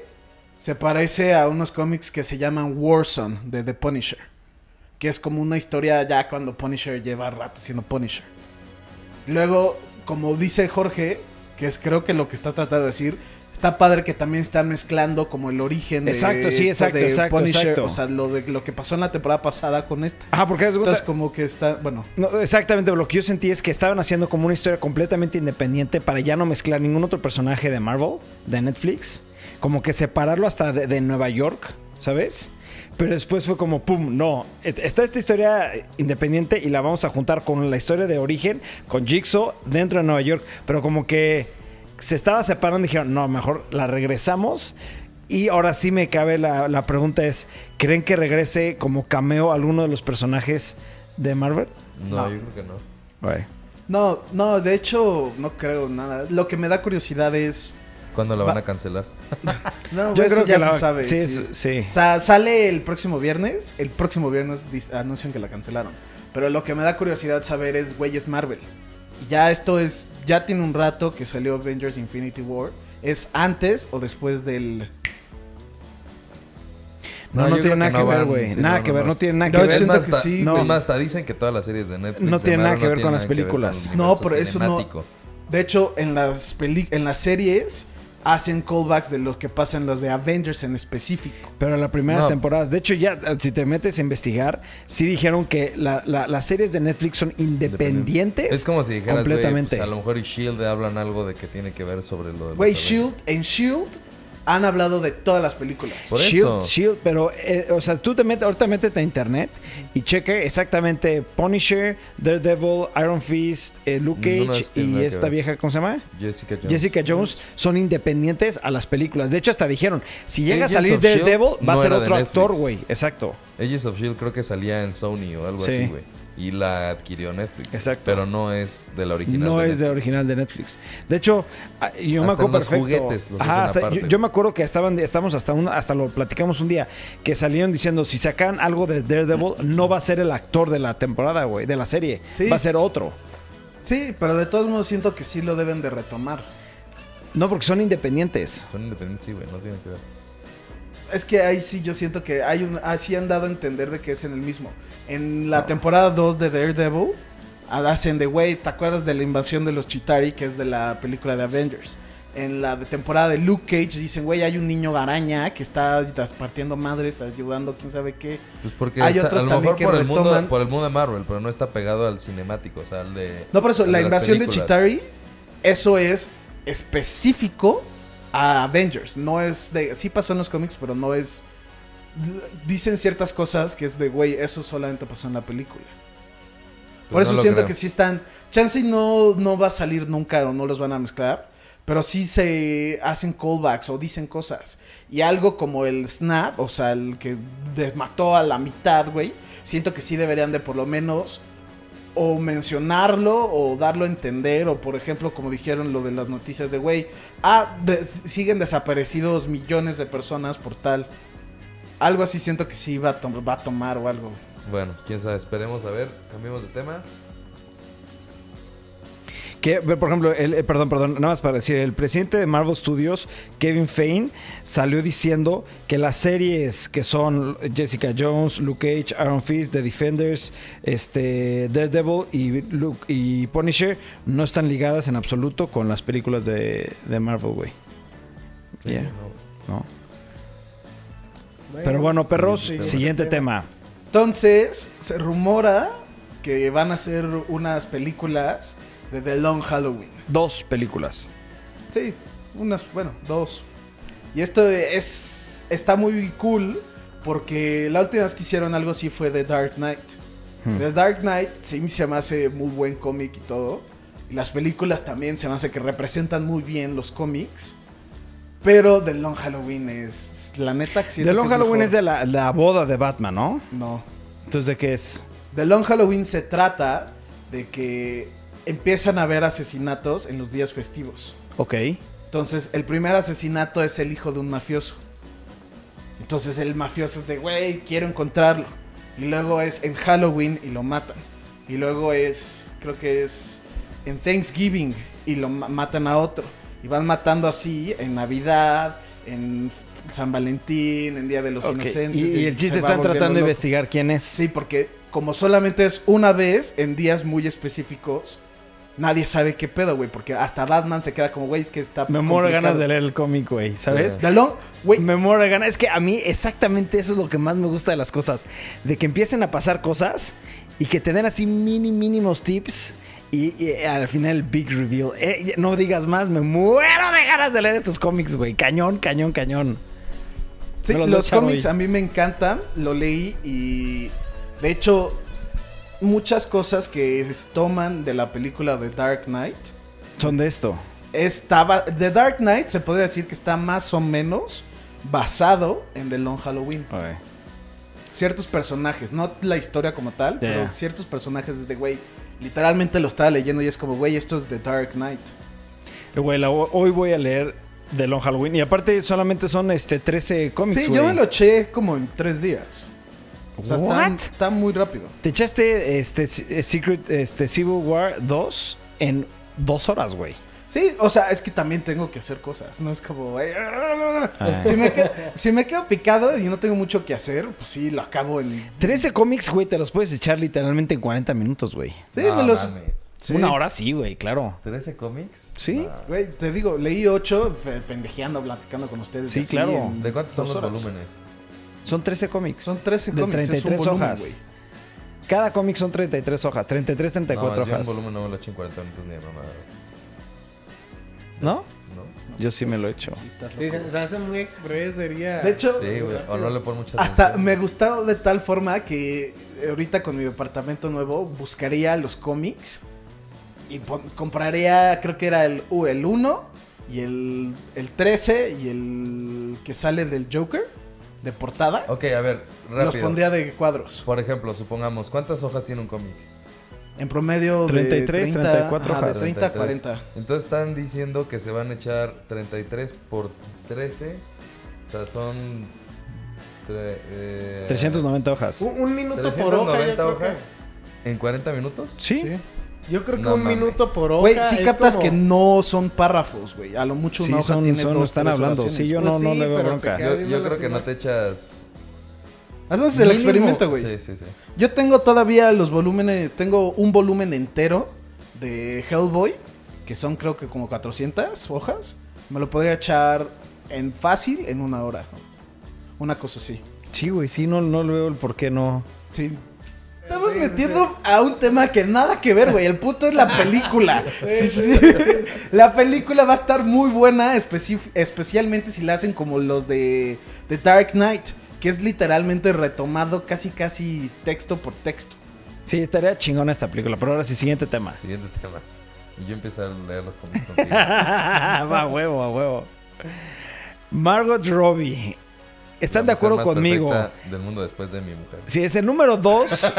Speaker 3: se parece a unos cómics que se llaman Warzone de The Punisher, que es como una historia ya cuando Punisher lleva rato siendo Punisher. Luego, como dice Jorge, que es creo que lo que está tratando de decir, está padre que también está mezclando como el origen de-
Speaker 1: Exacto, sí, exacto,
Speaker 3: de
Speaker 1: exacto,
Speaker 3: Punisher,
Speaker 1: exacto.
Speaker 3: o sea, lo de lo que pasó en la temporada pasada con esta.
Speaker 1: Ajá, porque es
Speaker 3: Entonces como que está, bueno,
Speaker 1: No, exactamente, lo que yo sentí es que estaban haciendo como una historia completamente independiente para ya no mezclar ningún otro personaje de Marvel, de Netflix, como que separarlo hasta de, de Nueva York, ¿sabes? Pero después fue como, ¡pum! No, et- está esta historia independiente y la vamos a juntar con la historia de origen, con Jigsaw, dentro de Nueva York, pero como que se estaba separando y dijeron, no, mejor la regresamos. Y ahora sí me cabe la, la pregunta es, ¿creen que regrese como cameo alguno de los personajes de Marvel?
Speaker 2: No,
Speaker 3: No.
Speaker 2: yo creo que no.
Speaker 1: Güey.
Speaker 3: no, no, de hecho no creo nada. Lo que me da curiosidad es
Speaker 2: ¿Cuándo la van
Speaker 3: Va-
Speaker 2: a cancelar?
Speaker 3: no, güey, eso ya se sabe.
Speaker 1: Sí,
Speaker 3: sí.
Speaker 1: es- sí.
Speaker 3: O sea, sale el próximo viernes. El próximo viernes dis- anuncian que la cancelaron. Pero lo que me da curiosidad saber es, güey, es Marvel. Y ya esto es, ya tiene un rato que salió Avengers Infinity War. ¿Es antes o después del...?
Speaker 1: No, no,
Speaker 2: No, yo creo
Speaker 1: tiene nada
Speaker 2: que
Speaker 1: que
Speaker 2: no
Speaker 1: ver,
Speaker 2: van,
Speaker 1: güey.
Speaker 2: sí,
Speaker 1: nada
Speaker 2: no,
Speaker 1: que
Speaker 2: no,
Speaker 1: ver,
Speaker 2: no.
Speaker 1: no tiene nada
Speaker 3: No,
Speaker 1: que
Speaker 3: es
Speaker 1: ver.
Speaker 3: siento
Speaker 2: más,
Speaker 3: que
Speaker 2: ta-
Speaker 3: sí,
Speaker 1: güey.
Speaker 2: es más, hasta dicen que todas las series de Netflix.
Speaker 1: No
Speaker 2: de
Speaker 1: tiene nada
Speaker 2: Marvel
Speaker 1: que ver
Speaker 2: tienen
Speaker 1: con las
Speaker 2: nada que ver con el
Speaker 1: películas.
Speaker 2: universo
Speaker 3: No, pero eso no-
Speaker 2: cinemático.
Speaker 3: De hecho, en las, peli en las series hacen callbacks de lo que pasa en las de Avengers en específico.
Speaker 1: Pero las primeras
Speaker 2: No.
Speaker 1: temporadas, de hecho ya, eh, si te metes a investigar, sí dijeron que la- la- las series de Netflix son independientes.
Speaker 2: Es como si dijeras, güey,
Speaker 1: completamente.
Speaker 2: pues, a lo mejor y Shield hablan algo de que tiene que ver sobre lo de los
Speaker 3: Güey,
Speaker 2: Avengers.
Speaker 3: S.H.I.E.L.D. En S.H.I.E.L.D. han hablado de todas las películas.
Speaker 2: Por
Speaker 1: Shield,
Speaker 2: eso.
Speaker 1: Shield, pero, eh, o sea, tú te metes, ahorita métete a internet y cheque exactamente Punisher, Daredevil, Iron Fist, eh, Luke
Speaker 2: Ninguna
Speaker 1: Cage
Speaker 2: tiene nada
Speaker 1: y
Speaker 2: que
Speaker 1: esta
Speaker 2: ver.
Speaker 1: vieja, ¿cómo se llama?
Speaker 2: Jessica Jones.
Speaker 1: Jessica Jones son independientes a las películas. De hecho, hasta dijeron, si llega a
Speaker 2: Agents
Speaker 1: salir
Speaker 2: of Shield
Speaker 1: Daredevil, va a
Speaker 2: no
Speaker 1: ser
Speaker 2: era de
Speaker 1: otro actor,
Speaker 2: Netflix.
Speaker 1: güey. Exacto.
Speaker 2: Ages of Shield E creo que salía en Sony o algo
Speaker 1: Sí.
Speaker 2: así, güey. Y la adquirió Netflix.
Speaker 1: Exacto.
Speaker 2: Pero no es de la original.
Speaker 1: No
Speaker 2: de
Speaker 1: es de
Speaker 2: Netflix.
Speaker 1: original de Netflix. De hecho, ah, yo me
Speaker 2: Hasta
Speaker 1: acuerdo
Speaker 2: en los
Speaker 1: perfecto.
Speaker 2: juguetes los
Speaker 1: Ajá,
Speaker 2: hacen
Speaker 1: hasta- yo,
Speaker 2: aparte.
Speaker 1: yo me acuerdo que estaban, estamos hasta un, hasta lo platicamos un día, que salieron diciendo si sacan algo de Daredevil, no va a ser el actor de la temporada, güey, de la serie,
Speaker 3: Sí.
Speaker 1: va a ser otro.
Speaker 3: Sí, pero de todos modos siento que sí lo deben de retomar.
Speaker 1: No, porque son independientes.
Speaker 2: Son independientes, sí, güey. No tiene que ver.
Speaker 3: Es que ahí sí yo siento que hay un, así han dado a entender de que es en el mismo. En la temporada 2 de Daredevil, hacen de, güey, ¿te acuerdas de la invasión de los Chitari, que es de la película de Avengers? En la de- temporada de Luke Cage dicen, güey, hay un niño araña que está das- partiendo madres, ayudando, quién sabe qué.
Speaker 2: Pues porque
Speaker 3: Hay
Speaker 2: está-
Speaker 3: otros
Speaker 2: a lo
Speaker 3: también
Speaker 2: mejor
Speaker 3: que
Speaker 2: por, el mundo,
Speaker 3: retoman-
Speaker 2: por el mundo de Marvel, pero no está pegado al cinemático, o sea, al de.
Speaker 3: No, por eso,
Speaker 2: al de
Speaker 3: la
Speaker 2: las
Speaker 3: invasión de
Speaker 2: películas.
Speaker 3: Chitari, eso es específico a Avengers. No es de. Sí pasó en los cómics, pero no es. Dicen ciertas cosas que es de, güey, eso solamente pasó en la película.
Speaker 2: Pues
Speaker 3: Por
Speaker 2: no
Speaker 3: eso
Speaker 2: lo
Speaker 3: siento
Speaker 2: creo.
Speaker 3: que sí están. Chance y no, no va a salir nunca o no los van a mezclar. Pero sí se hacen callbacks o dicen cosas. Y algo como el Snap, o sea, el que de- mató a la mitad, güey. Siento que sí deberían de por lo menos o mencionarlo o darlo a entender. O por ejemplo, como dijeron lo de las noticias de, güey, ah, de- siguen desaparecidos millones de personas por tal. Algo así siento que sí va a, tom- va a tomar o algo.
Speaker 2: Bueno, quién sabe, esperemos a ver. Cambiemos de tema.
Speaker 1: Que, por ejemplo, el, eh, perdón, perdón, nada más para decir, el presidente de Marvel Studios, Kevin Feige, salió diciendo que las series que son Jessica Jones, Luke Cage, Iron Fist, The Defenders, este, Daredevil y, Luke, y Punisher no están ligadas en absoluto con las películas de, de Marvel, güey. Ya, ¿no? Pero bueno, perros,
Speaker 4: siguiente
Speaker 1: siguiente tema.
Speaker 3: Entonces, se rumora que van a hacer unas películas de The Long Halloween.
Speaker 1: Dos películas.
Speaker 3: Sí, unas, bueno, dos. Y esto es está muy cool porque la última vez que hicieron algo así fue The Dark Knight.
Speaker 1: Hmm.
Speaker 3: The Dark Knight sí se me hace muy buen cómic y todo. Y las películas también se me hace que representan muy bien los cómics. Pero The Long Halloween es la neta que siento
Speaker 1: The Long
Speaker 3: que
Speaker 1: Halloween es
Speaker 3: mejor.
Speaker 1: de la, la boda de Batman, ¿no?
Speaker 3: no.
Speaker 1: Entonces, ¿de qué es?
Speaker 3: The Long Halloween se trata de que empiezan a haber asesinatos en los días festivos.
Speaker 1: Ok.
Speaker 3: Entonces, el primer asesinato es el hijo de un mafioso. Entonces, el mafioso es de, güey, quiero encontrarlo. Y luego es en Halloween y lo matan. Y luego es, creo que es en Thanksgiving y lo ma- matan a otro. Y van matando así en Navidad, en San Valentín, en Día de los
Speaker 1: Ok.
Speaker 3: Inocentes.
Speaker 1: Y, y el
Speaker 3: se
Speaker 1: chiste
Speaker 3: va
Speaker 1: están
Speaker 3: volviendo
Speaker 1: tratando de
Speaker 3: loco.
Speaker 1: investigar quién es.
Speaker 3: Sí, porque como solamente es una vez en días muy específicos, nadie sabe qué pedo, güey. Porque hasta Batman se queda como, güey, es que está.
Speaker 1: Me muero de ganas de
Speaker 3: complicado".
Speaker 1: leer el cómic, güey, ¿sabes?
Speaker 2: Sí.
Speaker 3: The Long- güey,
Speaker 1: Me muero de ganas. Es que a mí exactamente eso es lo que más me gusta de las cosas. De que empiecen a pasar cosas y que te den así mini, mínimos tips. Y, y al final el big reveal. Eh, no digas más, me muero de ganas de leer estos cómics, güey. Cañón, cañón, cañón.
Speaker 3: Sí,
Speaker 1: Me los
Speaker 3: los,
Speaker 1: doy, chavo,
Speaker 3: cómics
Speaker 1: y-
Speaker 3: a mí me encantan, lo leí y de hecho muchas cosas que es- toman de la película The Dark Knight
Speaker 1: Son de esto.
Speaker 3: estaba The Dark Knight se podría decir que está más o menos basado en The Long Halloween. Ciertos personajes, no la historia como tal,
Speaker 1: Ya,
Speaker 3: pero
Speaker 1: ya.
Speaker 3: ciertos personajes es de güey, literalmente lo estaba leyendo y es como güey, esto es The Dark Knight.
Speaker 1: Eh, Güey, la- hoy voy a leer The Long Halloween. Y aparte solamente son este 13 cómics,
Speaker 3: sí,
Speaker 1: güey.
Speaker 3: yo me lo eché como en tres días. O sea, está,
Speaker 1: What?
Speaker 3: está muy rápido.
Speaker 1: Te echaste este, C- Secret, este, Civil War 2 en dos horas, güey.
Speaker 3: Sí, o sea, es que también tengo que hacer cosas. No es como, "Ay, ah". si, me quedo, si me quedo picado y no tengo mucho que hacer, pues sí, lo acabo en.
Speaker 1: 13 cómics, güey, te los puedes echar literalmente en 40 minutos, güey.
Speaker 3: Sí,
Speaker 2: No
Speaker 3: me los.
Speaker 2: mames.
Speaker 3: sí.
Speaker 1: Una hora sí, güey, claro.
Speaker 2: ¿13 cómics?
Speaker 1: Sí.
Speaker 2: No.
Speaker 3: Güey, te digo, leí ocho pe- pendejeando, platicando con ustedes.
Speaker 1: Sí,
Speaker 3: así,
Speaker 1: claro.
Speaker 3: en
Speaker 2: ¿De cuántos son
Speaker 3: dos
Speaker 2: los
Speaker 3: horas.
Speaker 2: volúmenes?
Speaker 1: Son 13 cómics.
Speaker 3: Son 13
Speaker 1: de
Speaker 3: cómics,
Speaker 1: 33
Speaker 3: es un volumen,
Speaker 1: hojas.
Speaker 3: güey.
Speaker 1: Cada cómic son 33 hojas, 33, 34
Speaker 2: no, yo un
Speaker 1: hojas.
Speaker 2: volumen no me lo eché en 40 minutos ni de mamada.
Speaker 1: ¿No?
Speaker 2: ¿No?
Speaker 1: Yo sí me lo echo.
Speaker 3: Sí, está loco,
Speaker 4: Sí, se,
Speaker 3: güey.
Speaker 4: se hace muy express, sería.
Speaker 3: De hecho,
Speaker 2: Sí, güey. O no le pon mucha
Speaker 3: hasta
Speaker 2: atención.
Speaker 3: me gustó de tal forma que eh, ahorita con mi departamento nuevo buscaría los cómics y pon- compraría, creo que era el, uh, el 1 y el, el 13 y el que sale del Joker de portada.
Speaker 2: Ok, a ver,
Speaker 3: Los
Speaker 2: Oh, rápido.
Speaker 3: pondría de cuadros.
Speaker 2: Por ejemplo, supongamos, ¿cuántas hojas tiene un cómic?
Speaker 3: En promedio
Speaker 1: 33,
Speaker 3: de 30,
Speaker 1: 34
Speaker 3: ajá, de
Speaker 1: hojas.
Speaker 3: 30 a
Speaker 2: 33.
Speaker 3: 40.
Speaker 2: Entonces están diciendo que se van a echar 33 por 13. O sea, son... tre- eh,
Speaker 1: 390 hojas.
Speaker 3: Uh,
Speaker 4: Un, un minuto por hoja. Yo
Speaker 2: 390
Speaker 4: creo, que,
Speaker 2: hojas. ¿En 40 minutos?
Speaker 1: ¿Sí?
Speaker 3: Sí.
Speaker 4: yo creo que
Speaker 2: No
Speaker 4: un
Speaker 2: mames.
Speaker 4: minuto por hoja.
Speaker 3: Güey, sí
Speaker 4: es
Speaker 3: captas
Speaker 4: como-
Speaker 3: que no son párrafos, güey. A lo mucho
Speaker 1: Sí,
Speaker 3: una hoja
Speaker 1: son-
Speaker 3: tiene
Speaker 1: son-
Speaker 3: dos,
Speaker 1: están
Speaker 3: tres
Speaker 1: hablando. Sí,
Speaker 3: oraciones.
Speaker 1: yo no,
Speaker 4: Pues
Speaker 1: no
Speaker 4: sí,
Speaker 1: le veo
Speaker 4: pero
Speaker 1: bronca.
Speaker 4: te
Speaker 2: Yo,
Speaker 4: Cada
Speaker 2: yo
Speaker 4: día
Speaker 2: creo
Speaker 4: las
Speaker 2: que no
Speaker 4: ima-
Speaker 2: te echas...
Speaker 3: Haznos el
Speaker 2: mínimo-
Speaker 3: experimento, güey.
Speaker 2: Sí, sí, sí.
Speaker 3: Yo tengo todavía los volúmenes, tengo un volumen entero de Hellboy, que son creo que como 400 hojas. Me lo podría echar en fácil en una hora. Una cosa así.
Speaker 1: Sí, güey, sí, no, no le veo el por qué no.
Speaker 3: Sí. Estamos
Speaker 4: Sí, sí,
Speaker 3: metiendo a un tema que nada que ver, güey. El punto es la película. Sí, sí. La película va a estar muy buena, especi- especialmente si la hacen como los de The Dark Knight, que es literalmente retomado casi casi texto por texto.
Speaker 1: Sí, estaría chingona esta película, pero ahora sí, siguiente tema.
Speaker 2: Siguiente tema. Y yo empecé a leer los cómics contigo.
Speaker 1: Va a huevo, a huevo. Margot Robbie. ¿Están
Speaker 2: La
Speaker 1: de
Speaker 2: mujer
Speaker 1: acuerdo
Speaker 2: más
Speaker 1: conmigo?
Speaker 2: perfecta Del mundo después de mi mujer.
Speaker 1: Si es el número dos,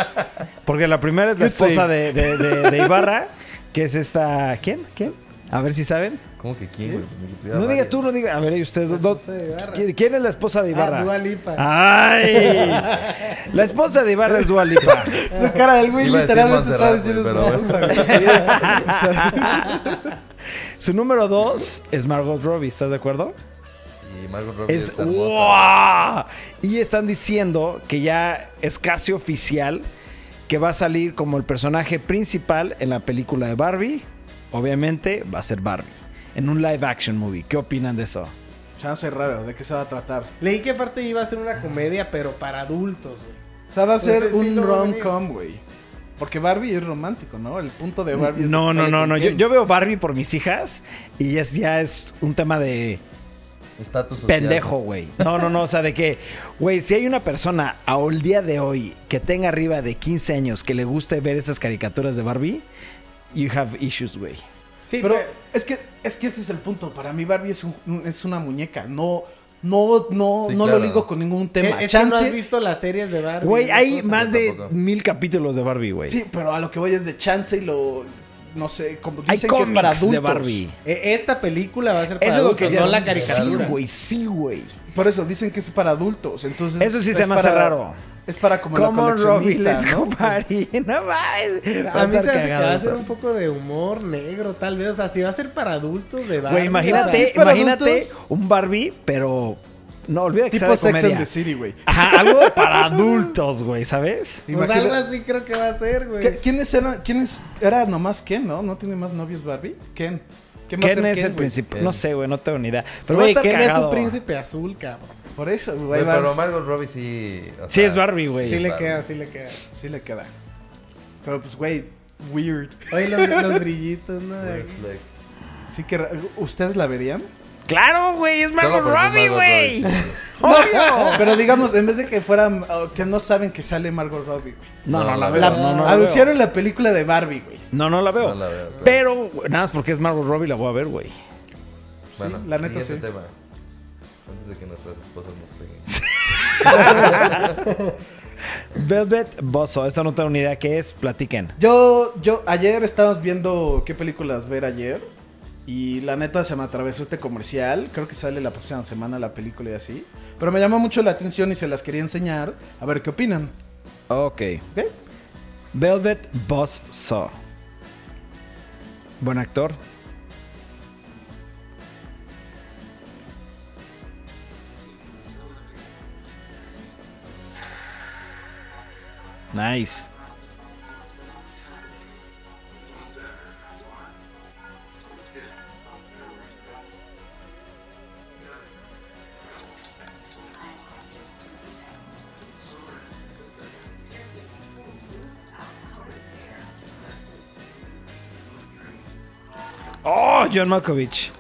Speaker 1: porque la primera es la
Speaker 3: Good save.
Speaker 1: esposa de, de- de- de Ibarra, que es esta. ¿Quién? ¿Quién? A ver si saben.
Speaker 2: ¿Cómo que quién, güey? Pues ni que tuviera
Speaker 1: No digas
Speaker 2: varias.
Speaker 1: tú, no digas. A ver, y ustedes dos.
Speaker 4: La
Speaker 1: dos-
Speaker 4: esposa de Ibarra.
Speaker 1: ¿Qui- ¿Quién es la esposa de
Speaker 4: Ah, Dua
Speaker 1: Ibarra?
Speaker 4: Lipa.
Speaker 1: ¡Ay! La esposa de Ibarra es Dua Lipa.
Speaker 3: Su cara del güey
Speaker 2: Iba a decir
Speaker 3: literalmente estaba
Speaker 2: Montserrat,
Speaker 3: diciendo
Speaker 2: güey, pero
Speaker 3: su cosa, güey.
Speaker 1: Su número dos es Margot Robbie, ¿estás de acuerdo?
Speaker 2: Y Margot Robbie es,
Speaker 1: Es
Speaker 2: hermosa.
Speaker 1: ¡Wow! Y están diciendo que ya es casi oficial que va a salir como el personaje principal en la película de Barbie. Obviamente va a ser Barbie. En un live action movie. ¿Qué opinan de eso?
Speaker 3: Chance raro, ¿de qué se va a tratar?
Speaker 4: Leí que aparte iba a ser una comedia, pero para adultos, güey.
Speaker 3: O sea, va a
Speaker 4: Pues
Speaker 3: ser
Speaker 4: sí, sí,
Speaker 3: un
Speaker 4: lo veo
Speaker 3: rom-com, güey. Porque Barbie es romántico, ¿no? El punto de Barbie es
Speaker 1: No,
Speaker 3: que
Speaker 1: no,
Speaker 3: sale
Speaker 1: no,
Speaker 3: con
Speaker 1: no. Yo,
Speaker 3: Ken.
Speaker 1: yo veo Barbie por mis hijas y es, ya es un tema de
Speaker 2: Estatus social.
Speaker 1: pendejo, güey. No, no, no. O sea, de que, güey, si hay una persona a el día de hoy que tenga arriba de 15 años que le guste ver esas caricaturas de Barbie, you have issues, güey.
Speaker 4: Sí,
Speaker 3: pero
Speaker 4: pe-
Speaker 3: es que es que ese es el punto. Para mí Barbie es un- es una muñeca. No no no
Speaker 2: Sí,
Speaker 3: no
Speaker 2: claro.
Speaker 3: lo ligo con ningún tema.
Speaker 4: e-, es que no
Speaker 3: Chance.
Speaker 4: has visto las series de Barbie.
Speaker 1: Güey,
Speaker 4: esas
Speaker 1: hay
Speaker 4: cosas.
Speaker 1: más de
Speaker 2: Tampoco.
Speaker 1: mil capítulos de Barbie, güey.
Speaker 3: sí, pero a lo que voy es de chance y lo no sé, como
Speaker 1: hay
Speaker 3: dicen que
Speaker 1: cómics
Speaker 3: es para adultos.
Speaker 1: de Barbie.
Speaker 4: E- Esta película va a ser para
Speaker 1: Eso es lo que
Speaker 4: adultos,
Speaker 1: ya
Speaker 4: no la
Speaker 1: Sí,
Speaker 4: caricatura.
Speaker 1: güey, sí, güey.
Speaker 3: Por eso dicen que es para adultos. Entonces
Speaker 1: Eso sí
Speaker 3: es
Speaker 1: se me hace
Speaker 3: para-
Speaker 1: raro.
Speaker 3: Es para como la
Speaker 1: Come on, Robbie,
Speaker 3: coleccionista,
Speaker 1: let's
Speaker 3: ¿no?
Speaker 1: go party. No mames.
Speaker 4: A mí se hace que
Speaker 1: Cagado
Speaker 4: va a
Speaker 1: eso.
Speaker 4: ser un poco de humor negro, tal vez. O sea, si va a ser para adultos de Barbie. pues
Speaker 1: Güey, imagínate,
Speaker 3: sí es para
Speaker 1: imagínate
Speaker 3: adultos.
Speaker 1: un Barbie, pero no olvida que sea
Speaker 3: Tipo
Speaker 1: de
Speaker 3: Sex and
Speaker 1: comedia.
Speaker 3: the City, güey.
Speaker 1: Ajá, algo para adultos, güey, ¿sabes?
Speaker 4: O sea, pues
Speaker 3: Imagina-
Speaker 4: algo así creo que va a ser, güey.
Speaker 3: ¿Qué- ¿Quiénes eran? ¿Quiénes era nomás Ken, no? ¿No tiene más novios Barbie? Ken. ¿Qué más
Speaker 1: Ken es el
Speaker 3: güey?
Speaker 1: principal.
Speaker 2: Ken.
Speaker 1: No sé, güey, no tengo ni idea. Pero
Speaker 4: Pero
Speaker 1: va a
Speaker 4: güey,
Speaker 1: estar
Speaker 4: ¿quién es
Speaker 1: cagado.
Speaker 4: un príncipe azul, cabrón?
Speaker 3: Por eso, güey.
Speaker 2: Güey,
Speaker 3: va-
Speaker 2: pero Margot Robbie sí. o
Speaker 1: Sí,
Speaker 2: sea,
Speaker 1: es Barbie, güey.
Speaker 4: Sí,
Speaker 1: Sí,
Speaker 2: es
Speaker 4: le
Speaker 2: Barbie.
Speaker 4: queda, sí le queda.
Speaker 3: Sí le queda. Pero pues, güey, weird.
Speaker 4: Oye, los, los brillitos, ¿no? De
Speaker 2: Red
Speaker 4: aquí.
Speaker 2: flags.
Speaker 3: Sí que ra- ¿Ustedes la verían?
Speaker 1: Claro, güey, es
Speaker 2: Solo
Speaker 1: Margot
Speaker 2: por ser
Speaker 1: Robbie,
Speaker 2: Margot
Speaker 1: güey.
Speaker 2: Robbie, sí.
Speaker 1: Obvio.
Speaker 3: Pero digamos, en vez de que fuera... oh, que no saben que sale Margot Robbie. güey.
Speaker 1: No, no la veo.
Speaker 3: La-
Speaker 1: no, no la veo.
Speaker 3: anunciaron la película de Barbie, güey.
Speaker 1: No, no la veo.
Speaker 2: No la veo, claro.
Speaker 1: Pero nada más porque es Margot Robbie la voy a ver, güey.
Speaker 3: Sí, la neta
Speaker 2: siguiente
Speaker 3: sí.
Speaker 2: tema. Antes de que nuestras esposas nos peguen.
Speaker 1: Velvet Bozo, esto no tengo ni idea qué es, platiquen.
Speaker 3: Yo, yo, ayer estábamos viendo qué películas ver ayer. Y la neta se me atravesó este comercial. Creo que sale la próxima semana la película y así. Pero me llamó mucho la atención y se las quería enseñar. A ver qué opinan.
Speaker 1: Ok.
Speaker 3: ¿Ok?
Speaker 1: Velvet Boss Saw. Buen actor. Nice. Oh, John Malkovich.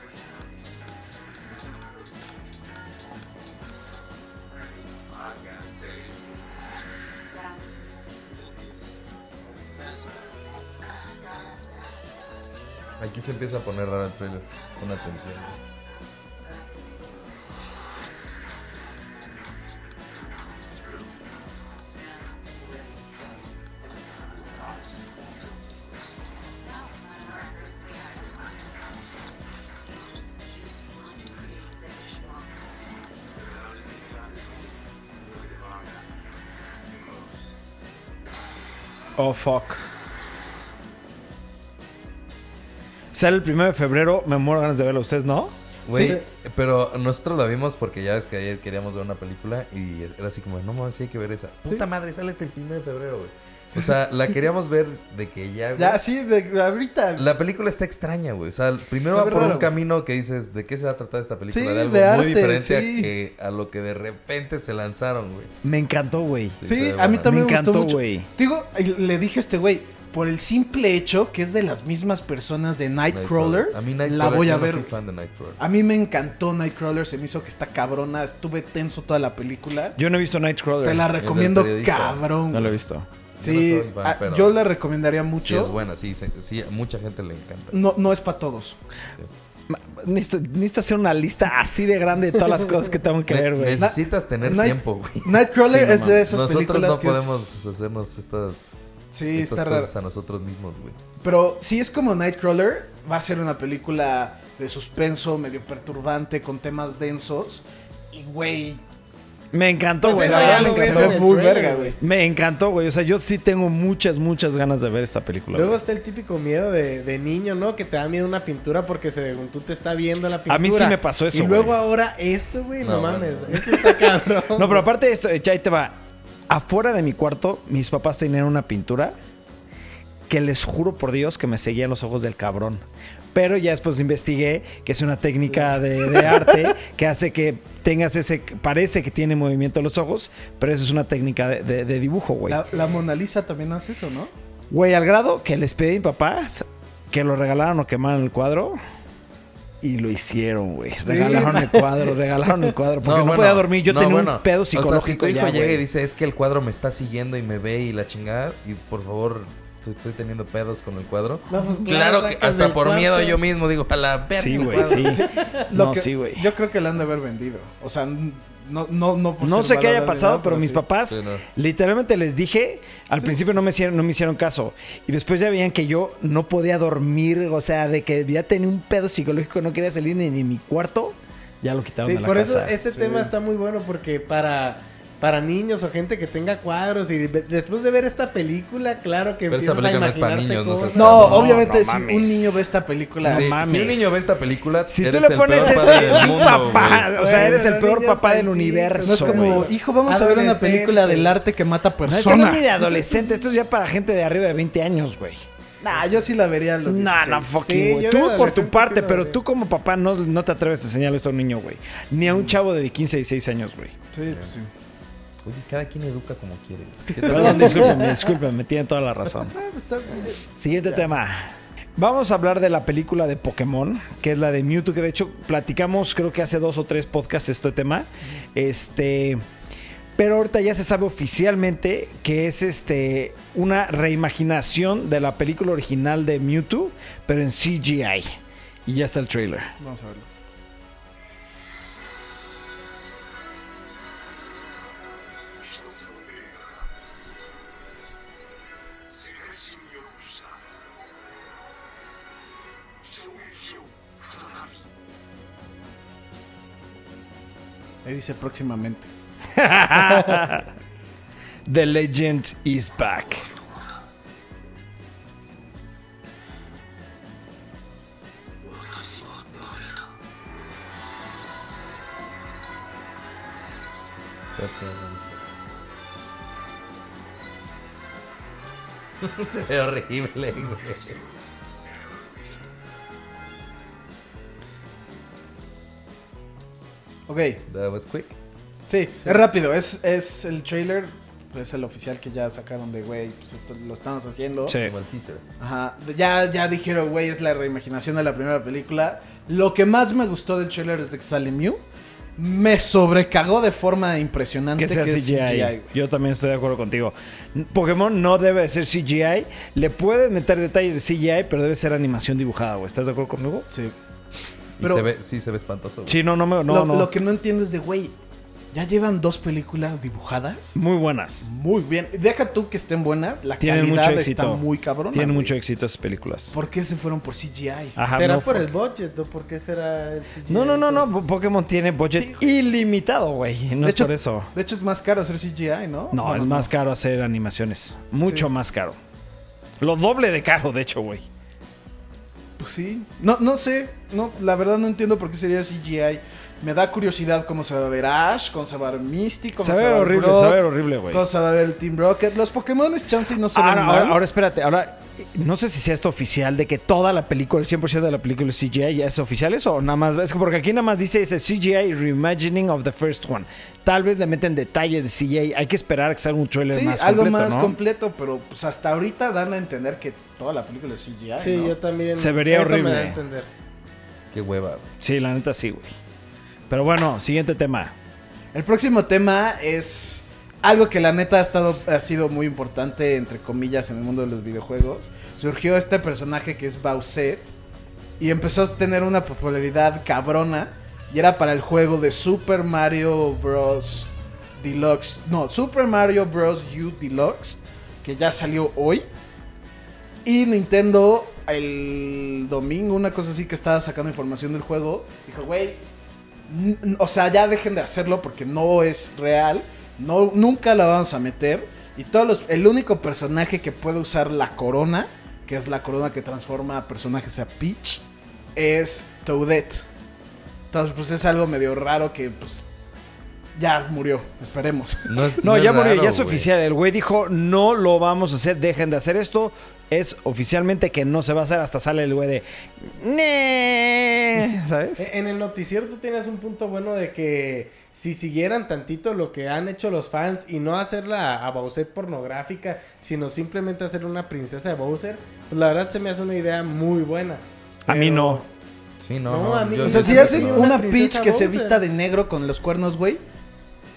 Speaker 2: Aquí se empieza a poner raro el trailer. Con atención.
Speaker 1: Oh, fuck. Sale el 1 de febrero, me muero ganas de verlo. ¿Ustedes no?
Speaker 2: Güey, pero nosotros la vimos porque ya ves que ayer queríamos ver una película y era así como, no mames, sí hay que ver esa. Puta madre, sale este el 1 de febrero, güey. O sea, la queríamos ver de que ya, güey.
Speaker 3: Ya, sí, de ahorita.
Speaker 2: La película está extraña, güey. O sea, primero
Speaker 3: Se
Speaker 2: va
Speaker 3: ve
Speaker 2: por
Speaker 3: raro.
Speaker 2: un camino que dices, ¿de qué se va a tratar esta película?
Speaker 3: Sí,
Speaker 2: de algo
Speaker 3: de arte,
Speaker 2: muy diferente a
Speaker 3: sí.
Speaker 2: que- a lo que de repente se lanzaron, güey.
Speaker 1: Me encantó, güey.
Speaker 2: se
Speaker 3: Sí,
Speaker 2: ve
Speaker 3: a mí
Speaker 2: buena.
Speaker 3: también
Speaker 1: Me
Speaker 3: me,
Speaker 1: encantó,
Speaker 3: gustó mucho.
Speaker 1: güey.
Speaker 3: Digo, y le dije a este güey, por el simple hecho que es de las mismas personas de Nightcrawler,
Speaker 2: A mí Nightcrawler,
Speaker 3: la voy a
Speaker 2: yo no
Speaker 3: ver. Ah,
Speaker 2: fui fan de Nightcrawler.
Speaker 3: a mí me encantó Nightcrawler, se me hizo que está cabrona, estuve tenso toda la película.
Speaker 1: Yo no he visto Nightcrawler.
Speaker 3: Te la
Speaker 2: del
Speaker 3: recomiendo
Speaker 2: periodista.
Speaker 1: No
Speaker 3: cabrón.
Speaker 1: lo he
Speaker 3: güey.
Speaker 1: visto.
Speaker 3: Sí,
Speaker 2: Yo no soy fan,
Speaker 3: ah,
Speaker 2: pero-
Speaker 3: yo la recomendaría
Speaker 2: Sí,
Speaker 3: mucho.
Speaker 2: es buena, sí, se- sí, a mucha gente le encanta.
Speaker 3: no, no es para todos.
Speaker 1: Ma- Necesito, necesito hacer una lista así de grande de todas las cosas que tengo que
Speaker 2: Ne-
Speaker 1: ver, güey.
Speaker 2: Necesitas tener
Speaker 3: Night-
Speaker 2: tiempo, güey.
Speaker 3: Nightcrawler
Speaker 1: Sí, no
Speaker 3: es de
Speaker 1: mames.
Speaker 3: esas
Speaker 2: Nosotros
Speaker 3: películas
Speaker 2: no
Speaker 3: que es-
Speaker 2: podemos hacernos estas,
Speaker 3: Sí,
Speaker 2: estas
Speaker 3: está raro.
Speaker 2: cosas a nosotros mismos, güey.
Speaker 3: Pero si es como Nightcrawler, va a ser una película de suspenso, medio perturbante, con temas densos. Y, güey,
Speaker 1: Me encantó,
Speaker 4: Pues
Speaker 1: güey.
Speaker 4: eso
Speaker 1: la
Speaker 4: ya
Speaker 1: verdad,
Speaker 4: lo
Speaker 1: me
Speaker 4: ves
Speaker 1: encantó.
Speaker 4: en el trailer, güey.
Speaker 1: Me encantó, güey. O sea, yo sí tengo muchas, muchas ganas de ver esta película.
Speaker 4: Luego
Speaker 1: güey.
Speaker 4: está el típico miedo de, de niño, ¿no? Que te da miedo una pintura porque según tú te está viendo la pintura.
Speaker 1: A mí sí me pasó eso,
Speaker 4: Y luego
Speaker 1: güey.
Speaker 4: ahora esto, güey, no,
Speaker 2: No,
Speaker 4: mames.
Speaker 2: bueno.
Speaker 4: Esto está cabrón.
Speaker 1: No, pero aparte de esto, eh, ya ahí te va. Afuera de mi cuarto, mis papás tenían una pintura que les juro por Dios que me seguían los ojos del cabrón. Pero ya después investigué que es una técnica de, de arte que hace que tengas ese. Parece que tiene movimiento los ojos, pero eso es una técnica de, de- de dibujo, güey.
Speaker 3: la, la Mona Lisa también hace eso, ¿no?
Speaker 1: Güey, al grado que les pedí a mis papás que lo regalaran o quemaran el cuadro. Y lo hicieron, güey. Regalaron el cuadro, regalaron el cuadro. Porque no,
Speaker 2: bueno,
Speaker 1: podía dormir. Yo
Speaker 2: no,
Speaker 1: tenía
Speaker 2: bueno.
Speaker 1: un pedo
Speaker 2: O sea, si tu
Speaker 1: psicológico
Speaker 2: hijo
Speaker 1: ya,
Speaker 2: llega y
Speaker 1: güey.
Speaker 2: dice, es que el cuadro me está siguiendo y me ve y la chingada, y por favor, estoy, estoy teniendo pedos con el cuadro.
Speaker 4: No, pues,
Speaker 2: Claro que
Speaker 4: sacas
Speaker 2: hasta
Speaker 4: del
Speaker 2: por
Speaker 4: cuarto.
Speaker 2: miedo yo mismo digo, a la verga.
Speaker 1: Sí,
Speaker 2: el
Speaker 1: güey,
Speaker 2: cuadro".
Speaker 1: sí.
Speaker 3: Lo
Speaker 1: No,
Speaker 3: que-
Speaker 1: sí, güey.
Speaker 3: Yo creo que la han de haber vendido. O sea, n- no, no, no por
Speaker 1: No
Speaker 3: ser
Speaker 1: sé qué haya
Speaker 3: valorado ni
Speaker 1: pasado,
Speaker 3: nada,
Speaker 1: pero mis
Speaker 3: sí.
Speaker 1: papás
Speaker 2: Sí, no.
Speaker 1: literalmente les dije, al principio No, me hicieron, no me hicieron caso. Y después ya veían que yo no podía dormir, o sea, de que ya tenía un pedo psicológico, no quería salir ni de mi cuarto, ya lo quitaron
Speaker 4: Sí,
Speaker 1: de la
Speaker 4: por
Speaker 1: casa.
Speaker 4: eso este
Speaker 3: sí.
Speaker 4: tema está muy bueno porque para, para niños o gente que tenga cuadros y ve- después de ver esta película, claro que
Speaker 2: Pero esta
Speaker 4: empiezas a
Speaker 2: película no es para
Speaker 4: imaginarte
Speaker 2: niños, no
Speaker 4: cosas.
Speaker 2: seas
Speaker 3: No,
Speaker 2: No,
Speaker 3: obviamente,
Speaker 1: no
Speaker 3: si
Speaker 1: mames.
Speaker 3: un niño ve esta película.
Speaker 1: No
Speaker 2: Sí,
Speaker 1: mames.
Speaker 2: Si un niño ve esta película,
Speaker 1: si tú
Speaker 2: eres
Speaker 1: le
Speaker 2: el
Speaker 1: pones
Speaker 2: peor
Speaker 1: este
Speaker 2: padre del
Speaker 1: sí,
Speaker 2: mundo,
Speaker 1: papá,
Speaker 2: güey.
Speaker 1: o sea, eres
Speaker 4: Pero
Speaker 1: el peor
Speaker 4: niños
Speaker 1: papá del
Speaker 4: tranquilos,
Speaker 1: universo.
Speaker 3: no es como,
Speaker 1: güey.
Speaker 3: hijo, vamos a ver una
Speaker 4: Adolescente.
Speaker 3: película del arte que mata
Speaker 1: No, esto no es
Speaker 3: personas.
Speaker 1: ni de adolescente, esto es ya para gente de arriba de 20 años, güey.
Speaker 3: Nah, yo sí la vería a los
Speaker 1: No,
Speaker 3: 16.
Speaker 1: no
Speaker 4: Sí,
Speaker 1: fucking, güey.
Speaker 4: yo de
Speaker 1: Tú por
Speaker 4: adolescente
Speaker 1: tu
Speaker 4: sí
Speaker 1: parte,
Speaker 4: lo
Speaker 1: pero
Speaker 4: haría.
Speaker 1: tú como papá no, no te atreves a enseñarle esto a un niño, güey. Ni a
Speaker 4: Mm.
Speaker 1: un chavo de 15, 16 años, güey.
Speaker 3: Sí, pues sí.
Speaker 2: Oye, cada quien educa como quiere. ¿Qué tal?
Speaker 1: Perdón, discúlpenme, discúlpenme, tienen toda la razón.
Speaker 3: Ah, pues, está bien.
Speaker 1: Siguiente tema. Vamos a hablar de la película de Pokémon, que es la de Mewtwo, que de hecho platicamos creo que hace dos o tres podcasts este tema.
Speaker 4: Mm.
Speaker 1: Este. Pero ahorita ya se sabe oficialmente que es este. una reimaginación de la película original de Mewtwo, pero en CGI. Y ya está el trailer.
Speaker 3: Vamos a verlo. Ahí dice próximamente.
Speaker 1: The Legend is back.
Speaker 2: Se ve horrible, güey.
Speaker 3: Ok,
Speaker 2: That was quick.
Speaker 3: sí, es rápido. Es, es el trailer, pues, es el oficial que ya sacaron de, güey, pues esto lo estamos haciendo.
Speaker 1: Sí.
Speaker 2: Como el teaser.
Speaker 3: Ajá, ya, ya dijeron, güey, es la reimaginación de la primera película. Lo que más me gustó del trailer es de que sale Mew. Me sobrecagó de forma impresionante
Speaker 1: Que sea
Speaker 3: es
Speaker 1: CGI.
Speaker 3: güey.
Speaker 1: Yo también estoy de acuerdo contigo. Pokémon no debe de ser CGI. Le pueden meter detalles de CGI, pero debe ser animación dibujada, güey. ¿Estás de acuerdo conmigo?
Speaker 3: Sí.
Speaker 2: Y
Speaker 3: Pero-
Speaker 2: se ve, sí se ve espantoso. güey.
Speaker 1: Sí, no, no me. No,
Speaker 3: lo,
Speaker 1: no.
Speaker 3: lo que no entiendo es de, güey, ya llevan dos películas dibujadas.
Speaker 1: Muy buenas.
Speaker 3: Muy bien. Deja tú que estén buenas. La
Speaker 1: Tienen
Speaker 3: calidad
Speaker 1: mucho
Speaker 3: está
Speaker 1: éxito.
Speaker 3: muy cabrona.
Speaker 1: Tienen
Speaker 3: güey.
Speaker 1: mucho éxito Ah, esas películas.
Speaker 3: ¿Por qué se fueron por CGI?
Speaker 1: Ajá,
Speaker 4: ¿Será
Speaker 1: no,
Speaker 4: por
Speaker 1: fuck.
Speaker 4: el budget o por qué será el CGI?
Speaker 1: No, no, no, no.
Speaker 4: Entonces,
Speaker 1: po- Pokémon tiene budget
Speaker 3: Sí,
Speaker 1: ilimitado, güey. No
Speaker 3: de
Speaker 1: es
Speaker 3: hecho,
Speaker 1: por eso.
Speaker 3: De hecho, es más caro hacer CGI, ¿no?
Speaker 1: No, es más caro hacer animaciones. Mucho
Speaker 3: Sí.
Speaker 1: más caro. Lo doble de caro, de hecho, güey.
Speaker 3: Pues sí. No, no sé. No, la verdad no entiendo por qué sería CGI. Me da curiosidad cómo se va a ver Ash, cómo se va a ver Misty, cómo
Speaker 1: Se
Speaker 3: se
Speaker 1: ve
Speaker 3: va a ver
Speaker 1: horrible,
Speaker 3: Brock,
Speaker 1: se ve horrible, güey.
Speaker 3: cómo se va a ver el Team Rocket. Los Pokémon chance y no se
Speaker 1: Ahora,
Speaker 3: ven mal.
Speaker 1: ahora, ahora espérate, ahora no sé si sea esto oficial de que toda la película, el 100% de la película es CGI, ¿ya es oficial eso o nada más? Es que porque aquí nada más dice, dice CGI Reimagining of the First One. Tal vez le meten detalles de CGI, hay que esperar a que salga un trailer
Speaker 3: sí,
Speaker 1: más
Speaker 3: algo
Speaker 1: completo,
Speaker 3: más
Speaker 1: ¿no?
Speaker 3: completo, pero pues hasta ahorita dan a entender que toda la película es CGI,
Speaker 4: Sí,
Speaker 3: ¿no?
Speaker 4: yo también.
Speaker 1: Se vería
Speaker 4: eso
Speaker 1: horrible.
Speaker 4: Me da a entender.
Speaker 2: Qué hueva. güey.
Speaker 1: Sí, la neta sí, güey. Pero bueno, siguiente tema.
Speaker 3: El próximo tema es algo que la neta ha estado ha sido muy importante entre comillas en el mundo de los videojuegos. Surgió este personaje que es Bowsette y empezó a tener una popularidad cabrona y era para el juego de Super Mario Bros. Deluxe, no, Super Mario Bros. U Deluxe que ya salió hoy. Y Nintendo el domingo, una cosa así que estaba sacando información del juego, dijo, güey, N- n- O sea, ya dejen de hacerlo porque no es real. No, nunca la vamos a meter. Y todos los, el único personaje que puede usar la corona, que es la corona que transforma a personajes a Peach, es Toadette. Entonces, pues es algo medio raro que, pues, ya murió, esperemos.
Speaker 2: No, es-
Speaker 1: No,
Speaker 2: no es
Speaker 1: ya murió,
Speaker 2: raro,
Speaker 1: ya es
Speaker 2: güey.
Speaker 1: oficial. El güey dijo, no lo vamos a hacer, dejen de hacer esto. Es oficialmente que no se va a hacer hasta sale el güey de... "Nee", ¿Sabes?
Speaker 3: Eh,
Speaker 4: En el noticiero tú tenías un punto bueno de que si siguieran tantito lo que han hecho los fans y no hacerla a Bowser pornográfica, sino simplemente hacer una princesa de Bowser, pues la verdad se me hace una idea muy buena.
Speaker 1: A mí
Speaker 4: Pero-
Speaker 1: no.
Speaker 2: Sí, no.
Speaker 4: No, a mí-
Speaker 2: yo
Speaker 3: O sea,
Speaker 2: sí
Speaker 3: si
Speaker 2: creo
Speaker 3: hacen
Speaker 2: que no.
Speaker 3: una
Speaker 4: princesa
Speaker 3: Peach que se
Speaker 4: Bowser.
Speaker 3: vista de negro con los cuernos, güey,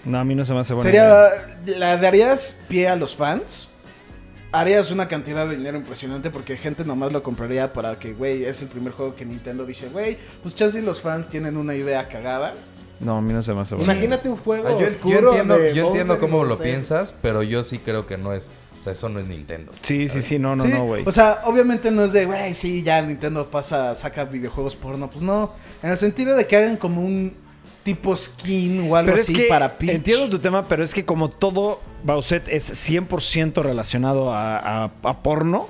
Speaker 1: No, a mí no se me hace bueno.
Speaker 3: sería, ¿la darías pie a los fans? Harías una cantidad de dinero impresionante porque gente nomás lo compraría para que, güey, es el primer juego que Nintendo dice, güey, pues chance y los fans tienen una idea cagada.
Speaker 1: No, a mí no se me hace bueno.
Speaker 4: Imagínate un juego
Speaker 2: Ah, yo, yo
Speaker 4: oscuro
Speaker 2: entiendo,
Speaker 4: de
Speaker 2: yo entiendo
Speaker 4: Bowser y
Speaker 2: cómo lo
Speaker 4: Bowser.
Speaker 2: piensas, pero yo sí creo que no es. O sea, eso no es Nintendo.
Speaker 1: Sí, sí, sí, no, no,
Speaker 3: Sí,
Speaker 1: no, güey.
Speaker 3: O sea, obviamente no es de, güey, sí, ya Nintendo pasa, saca videojuegos porno. Pues no, en el sentido de que hagan como un tipo skin o algo
Speaker 1: Pero es
Speaker 3: así
Speaker 1: que
Speaker 3: para Peach.
Speaker 1: entiendo tu tema, pero es que como todo Bowset es 100% relacionado a, a- a porno,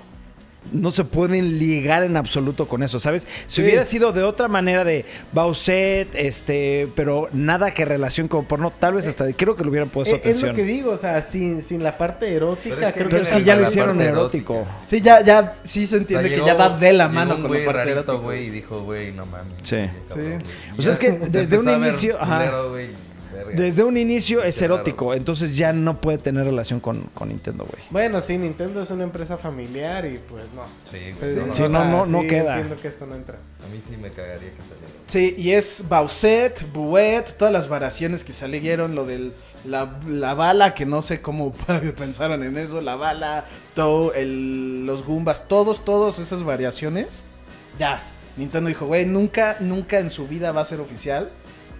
Speaker 1: no se pueden ligar en absoluto con eso, ¿sabes? Si
Speaker 3: Sí.
Speaker 1: hubiera sido de otra manera de Bowset, este, pero nada que relación con porno, tal vez hasta creo que lo hubieran puesto
Speaker 4: Eh, Es, es
Speaker 1: atención.
Speaker 4: lo que digo, o sea, sin, sin la parte erótica,
Speaker 2: Pero es que-
Speaker 4: creo
Speaker 1: pero
Speaker 4: que
Speaker 1: es
Speaker 2: la-
Speaker 1: que ya lo
Speaker 2: la
Speaker 1: hicieron
Speaker 2: parte
Speaker 1: erótico.
Speaker 3: Sí, ya, ya, sí se
Speaker 2: O sea,
Speaker 3: entiende
Speaker 2: llegó-
Speaker 3: que ya va de la
Speaker 2: llegó
Speaker 3: mano
Speaker 2: un
Speaker 3: con
Speaker 2: güey
Speaker 3: la parte
Speaker 2: rarito,
Speaker 3: erótica.
Speaker 2: güey, y dijo, güey, no mames.
Speaker 1: Sí.
Speaker 2: qué cabrón, güey.
Speaker 1: O sea, es que
Speaker 2: Se
Speaker 1: desde
Speaker 2: empezó
Speaker 1: un
Speaker 2: a ver
Speaker 1: inicio- ajá.
Speaker 2: culero, güey, y verga.
Speaker 1: Desde un inicio es
Speaker 2: Qué raro.
Speaker 1: erótico, entonces ya no puede tener relación con, con Nintendo, güey.
Speaker 4: Bueno, sí, Nintendo es una empresa familiar y pues no.
Speaker 2: Sí, güey,
Speaker 4: Se-
Speaker 2: no, no,
Speaker 1: Sí,
Speaker 4: o sea,
Speaker 1: no, no
Speaker 4: sí
Speaker 1: queda.
Speaker 4: Entiendo que esto no entra.
Speaker 2: A mí sí me cagaría que saliera.
Speaker 3: Sí, y es Bowset, Buet, todas las variaciones que salieron, lo de la, la bala, que no sé cómo pensaron en eso, la bala, todo, el, los Goombas, todos, todas esas variaciones. Ya, Nintendo dijo, güey, nunca, nunca en su vida va a ser oficial,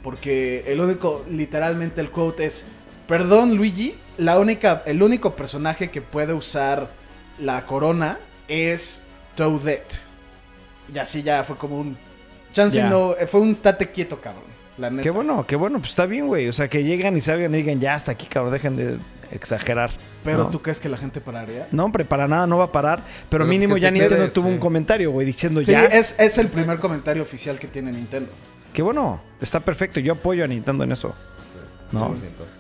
Speaker 3: porque el único, literalmente el quote es, perdón Luigi, la única, el único personaje que puede usar la corona es Toadette. Y así ya fue como un... Chance
Speaker 1: Ya.
Speaker 3: no, eh, fue un estate quieto, cabrón. La neta.
Speaker 1: Qué bueno, qué bueno, pues está bien, güey. O sea, que llegan y salgan y digan, ya hasta aquí, cabrón, dejen de exagerar.
Speaker 3: Pero
Speaker 1: No.
Speaker 3: tú crees que la gente pararía?
Speaker 1: No, hombre, para nada no va a parar. Pero,
Speaker 2: Pero
Speaker 1: mínimo
Speaker 2: que
Speaker 1: ya
Speaker 2: se
Speaker 1: Nintendo
Speaker 2: quede,
Speaker 1: tuvo
Speaker 2: sí.
Speaker 1: un comentario, güey, diciendo
Speaker 3: Sí,
Speaker 1: ya.
Speaker 3: es, es el primer comentario oficial que tiene Nintendo.
Speaker 1: Que bueno, está perfecto. Yo apoyo a Nintendo en eso. No.
Speaker 2: 100%.